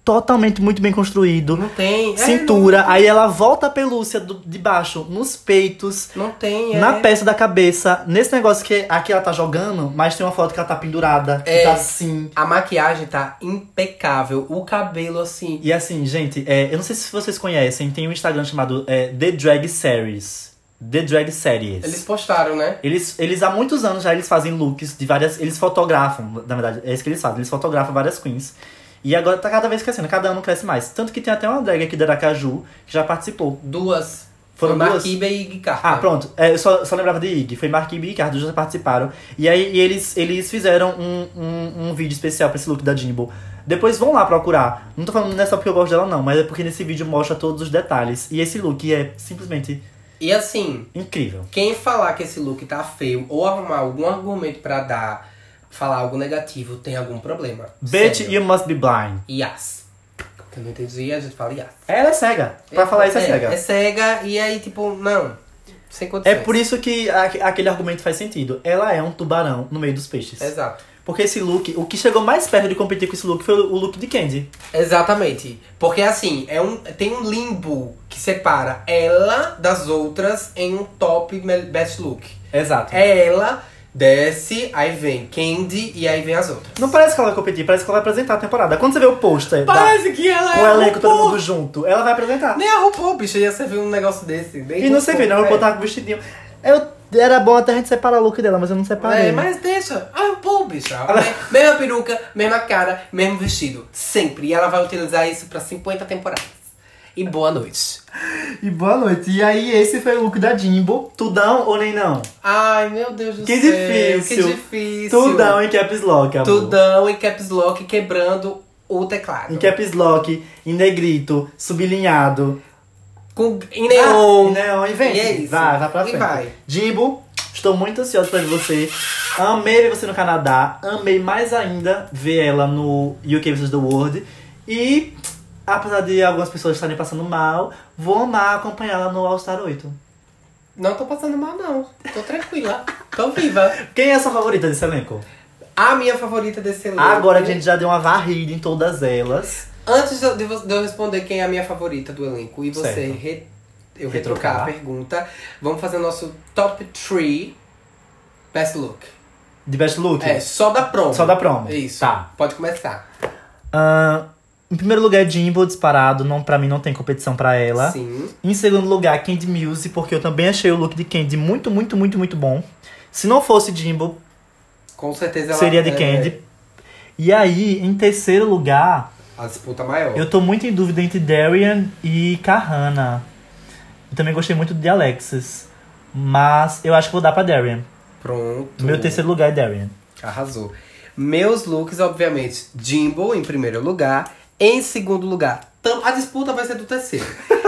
totalmente muito bem construído. Não tem. É, Cintura, aí ela volta a pelúcia do- de baixo nos peitos. não, não tem. é. Na peça da cabeça, nesse negócio que aqui ela tá jogando, mas tem uma foto que ela tá pendurada, É. que tá assim. A maquiagem tá impecável. O cabelo, assim. E assim, gente, é, eu não sei se vocês conhecem, tem um Instagram chamado é, The Drag Series. The Drag Series. Eles postaram, né? Eles, eles há muitos anos já eles fazem looks de várias. Eles fotografam, na verdade, é isso que eles fazem. Eles fotografam várias queens. E agora tá cada vez crescendo, cada ano cresce mais. Tanto que tem até uma drag aqui da Aracaju que já participou. Duas. Foram Foi duas? Maquiba e Guicarta. Ah, pronto. É, eu só, só lembrava de Ig. Foi Marquinhos e Ricardo, já participaram. E aí e eles, eles fizeram um, um, um vídeo especial pra esse look da Jimbo. Depois vão lá procurar. Não tô falando não é só porque eu gosto dela, não, mas é porque nesse vídeo mostra todos os detalhes. E esse look é simplesmente E assim, incrível. Quem falar que esse look tá feio ou arrumar algum argumento pra dar, falar algo negativo, tem algum problema. Bitch, Sério. you must be blind. Yas. Eu não entendi, a gente fala yas. Ela é cega. Pra falar isso é cega. É cega, e aí, tipo, não. Sem É condições. por isso que a- aquele argumento faz sentido. Ela é um tubarão no meio dos peixes. Exato. Porque esse look, o que chegou mais perto de competir com esse look foi o look de Candy. Exatamente. Porque assim, é um, tem um limbo que separa ela das outras em um top me- best look. Exato. É ela, desce, aí vem Candy e aí vem as outras. Não parece que ela vai competir, parece que ela vai apresentar a temporada. Quando você vê o pôster da- Parece que ela com é o um elenco todo pouco- mundo junto, ela vai apresentar. Nem a RuPaul, bicho, ia servir um negócio desse. Nem E não né? sei ver, não, eu vou é. botar com o vestidinho. Eu, era bom até a gente separar o look dela, mas eu não separei. É, mas deixa. A RuPaul, bicho. Ah, Me- Mesma peruca, mesma cara, mesmo vestido. Sempre. E ela vai utilizar isso pra 50 temporadas. E boa noite. E boa noite. E aí, esse foi o look da Jimbo. Tudão ou nem não? Ai, meu Deus do Que céu. difícil. Que difícil. Tudão em caps lock, amor. Tudão em caps lock quebrando o teclado. Em caps lock, em negrito, sublinhado. Com... Em neon. Ah, neon, inventa. E é isso. Vai, vai pra E frente. vai. Jimbo, estou muito ansiosa pra ver você. Amei ver você no Canadá. Amei mais ainda ver ela no UK vs. The World. E, apesar de algumas pessoas estarem passando mal, vou amar acompanhá-la no All Star 8. Não tô passando mal, não. Tô tranquila. Tô viva. Quem é a sua favorita desse elenco? A minha favorita desse elenco. Agora a gente já deu uma varrida em todas elas. Antes de eu- de vo- de eu responder quem é a minha favorita do elenco e você Certo. re- eu Retrucar. retrucar a pergunta, vamos fazer o nosso top 3 best look. De Best Look? É, só da promo. Só da promo. Isso. Tá. Pode começar. Ahn, em primeiro lugar, é Jimbo disparado. Não, pra mim não tem competição pra ela. Sim. Em segundo lugar, Candy Muse, porque eu também achei o look de Candy muito, muito, muito, muito bom. Se não fosse Jimbo, Com certeza ela seria de é Candy. E aí, em terceiro lugar, A disputa maior. eu tô muito em dúvida entre Darian e Kahana. Eu também gostei muito de Alexis. Mas eu acho que vou dar pra Darian. Pronto. Meu terceiro lugar é Darian. Arrasou. Meus looks, obviamente, Jimbo em primeiro lugar. Em segundo lugar, tam- a disputa vai ser do terceiro.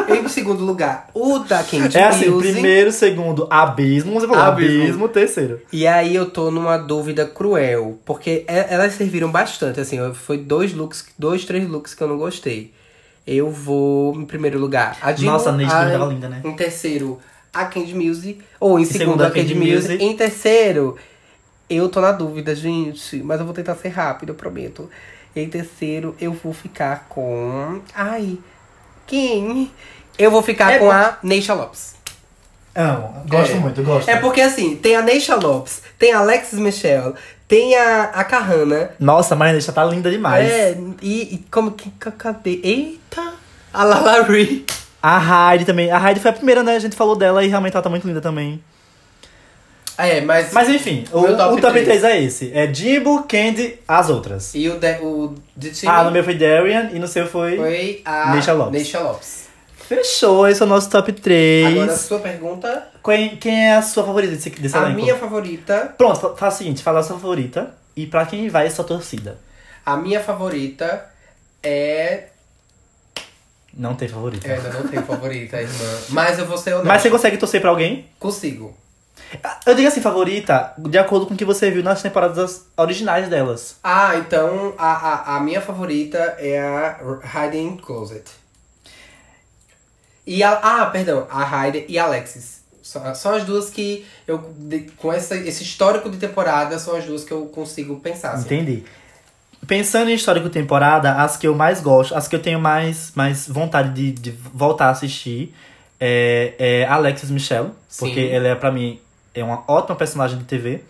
em segundo lugar, o da Candy É assim, Muse. primeiro, segundo, abismo. Você falou Abismo. abismo, terceiro. E aí eu tô numa dúvida cruel, porque e- elas serviram bastante, assim, eu- foi dois looks, dois, três looks que eu não gostei. Eu vou em primeiro lugar. A Dilma, Nossa, a Neide a- tava linda, né? Em terceiro, a Candy Muse, ou em, segundo, segundo, a a Candy Candy Muse. Muse. Em terceiro, Eu tô na dúvida, gente, mas eu vou tentar ser rápido, eu prometo. Em terceiro, eu vou ficar com. Ai, quem? Eu vou ficar É com bom. a Neisha Lopes. Amo. Gosto É. muito, gosto. É porque assim, tem a Neisha Lopes, tem a Alexis Michel, tem a, a Carrana. Nossa, a Marinesta tá linda demais. É, e, e como que. ca- Cadê? Eita! A Lalari. A Heidi também. A Heidi foi a primeira, né? A gente falou dela e realmente ela tá muito linda também. É, mas. Mas enfim, o, Meu o top top, 3. três é esse. É Jimbo, Candy, as outras. E o de, o de time Ah, no meu foi Darian e no seu foi... foi a Neisha Lopes. Neisha Lopes. Fechou, esse é o nosso top 3. Agora a sua pergunta. Quem, quem é a sua favorita desse, desse A elenco? minha favorita, Pronto, fa- faz o seguinte, fala a sua favorita e pra quem vai a sua torcida. a minha favorita é. Não tem favorita. Eu ainda não tenho favorita, irmã. Mas eu vou ser honesto. Mas você consegue torcer pra alguém? Consigo. Eu digo assim, favorita, de acordo com o que você viu nas temporadas originais delas. Ah, então a, a, a minha favorita é a Hiding Closet. E a. Ah, perdão, a Heidi e a Alexis. Só- São as duas que eu. de- com essa, esse histórico de temporada, são as duas que eu consigo pensar. Assim. Entendi. Pensando em histórico temporada, as que eu mais gosto, as que eu tenho mais, mais vontade de, de voltar a assistir é, é Alexis Michelle, Sim. porque ela é, pra mim, é uma ótima personagem de TV.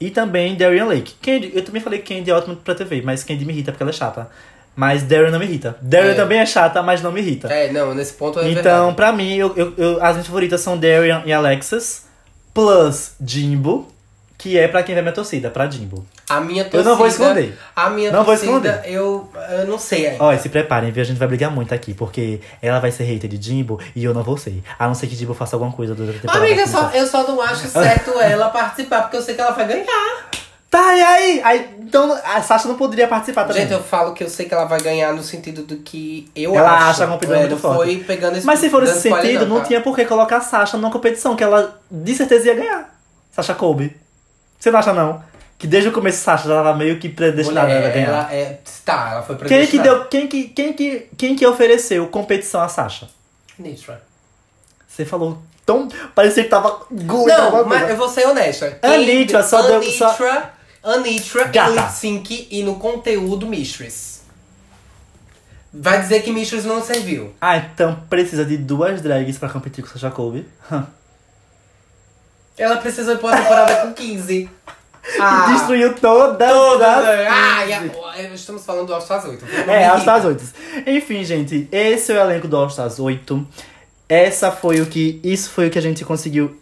E também Darian Lake. Candy, eu também falei que Candy é ótima pra TV, mas Candy me irrita porque ela é chata. Mas Darian não me irrita. Darian É. também é chata, mas não me irrita. É, não, nesse ponto é Então, verdade. pra mim, eu, eu- eu- as minhas favoritas são Darian e Alexis, plus Jimbo, que é pra quem vai minha torcida, pra Jimbo. A minha Eu não vou torcida- esconder. A minha Não vou torcida, eu, eu não sei ainda. Ó, e se preparem, viu? A gente vai brigar muito aqui, porque ela vai ser hater de Jimbo e eu não vou ser. A não ser que Jimbo faça alguma coisa durante a temporada. Amiga, eu que só, não- eu só não acho certo ela participar, porque eu sei que ela vai ganhar. Tá, e aí? aí? Então a Sasha não poderia participar também. Gente, eu falo que eu sei que ela vai ganhar no sentido do que eu acho. Ela acha uma opinião É, muito não forte. foi pegando esse Mas se for nesse dando spoiler sentido, não tá? tinha por que colocar a Sasha numa competição que ela de certeza ia ganhar. Sasha Colby. Você não acha, não? Que desde o começo Sasha já tava meio que predestinada Mulher, a ganhar. Ela é, tá, ela foi Quem é que predestinada. deu. Quem que, quem, que, quem que ofereceu competição a Sasha? Nisra. Você falou tão. Parecia que tava. Não, mas eu vou ser honesta. Anitra, só deu- Anitra, só- Anitra Gata. em lip sync e no conteúdo Mistress. Vai dizer que Mistress não serviu. Ah, então precisa de duas drags pra competir com Sasha Colby. Hum. Ela precisa ir pra uma temporada com 15. Ah. E destruiu todas as- Ah, e a- estamos falando do All Stars 8. É, All Stars 8. Enfim, gente, esse é o elenco do All Stars 8. Essa foi o que. Isso foi o que a gente conseguiu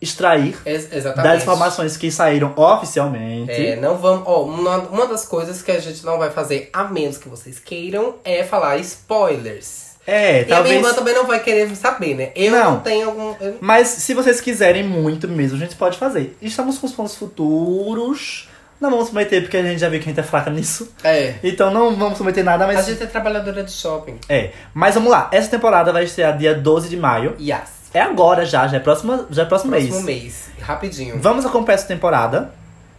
extrair Ex exatamente. das informações que saíram oficialmente. É, não vamos. Ó, uma, uma das coisas que a gente não vai fazer, a menos que vocês queiram, é falar spoilers. É, e a tá- minha talvez. irmã também não vai querer saber, né? Eu não, Não. tenho algum. eu- Mas se vocês quiserem muito mesmo, a gente pode fazer. Estamos com os planos futuros. Não vamos prometer, porque a gente já viu que a gente é fraca nisso. É. Então não vamos prometer nada, A mas. gente é trabalhadora de shopping. É. Mas vamos lá. Essa temporada vai estrear dia 12 de maio. Yes. É agora já, já é, próxima, já é próximo, Próximo mês. mês. Rapidinho. Vamos acompanhar essa temporada,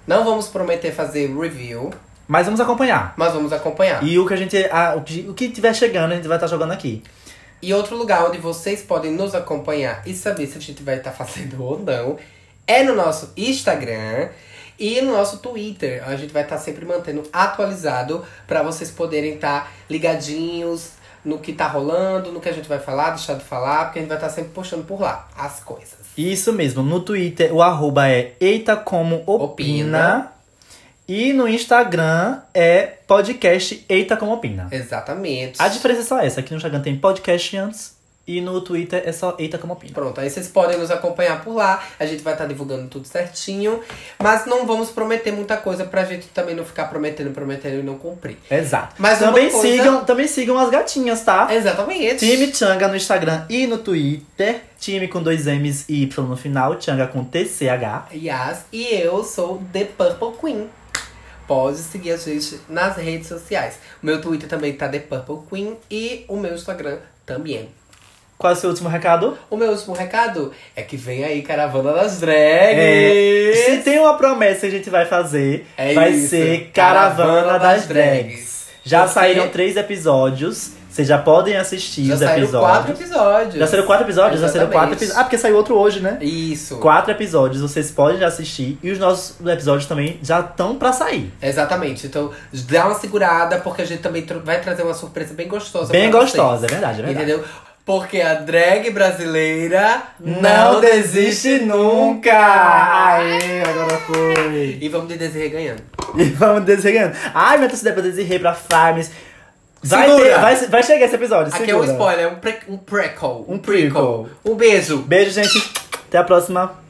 Não vamos prometer fazer review, mas vamos acompanhar. mas vamos acompanhar. E o que a gente. a- o, que, o que tiver chegando, a gente vai estar jogando aqui. E outro lugar onde vocês podem nos acompanhar e saber se a gente vai estar fazendo ou não é no nosso Instagram e no nosso Twitter. A gente vai estar sempre mantendo atualizado para vocês poderem estar ligadinhos no que tá rolando, no que a gente vai falar, deixar de falar, porque a gente vai estar sempre postando por lá as coisas. Isso mesmo, no Twitter o arroba é Eita Como Opina. Opina. E no Instagram é podcast Eita Como Opina. Exatamente. A diferença é só essa, aqui no Instagram tem podcast antes e no Twitter é só Eita Como Opina. Pronto, aí vocês podem nos acompanhar por lá. A gente vai estar divulgando tudo certinho. Mas não vamos prometer muita coisa pra gente também não ficar prometendo, prometendo e não cumprir. Exato. Mas uma também coisa- sigam, também sigam as gatinhas, tá? Exatamente. Time Changa no Instagram e no Twitter. Time com dois M's e Y no final. Changa com TCH. Yas, e eu sou The Purple Queen. Pode seguir a gente nas redes sociais. O meu Twitter também tá The Purple Queen e o meu Instagram também. Qual é o seu último recado? O meu último recado é que vem aí Caravana das É, Drags. se tem uma promessa que a gente vai fazer, É vai isso. ser Caravana das Drags. Já Você- saíram três episódios. Vocês já podem assistir Já os saíram episódios. quatro episódios. Já saíram quatro episódios? Já saíram quatro Exatamente. episódios. Ah, porque saiu outro hoje, né? Isso. Quatro episódios, vocês podem já assistir. E os nossos episódios também já estão pra sair. Exatamente. Então, dá uma segurada, porque a gente também tr- vai trazer uma surpresa bem gostosa. Bem pra vocês. gostosa, é verdade, é verdade. Entendeu? Porque a drag brasileira Não desiste nunca! Aê, agora foi! E vamos de Desirê ganhando. E vamos desenhando. Ai, meu Deus, se der pra desenhar pra Farms. Vai, Segura! ter- vai, vai chegar esse episódio. Aqui é segura. um spoiler, é um, pre um prequel. Um prequel. Um beijo. Beijo, gente. Até a próxima.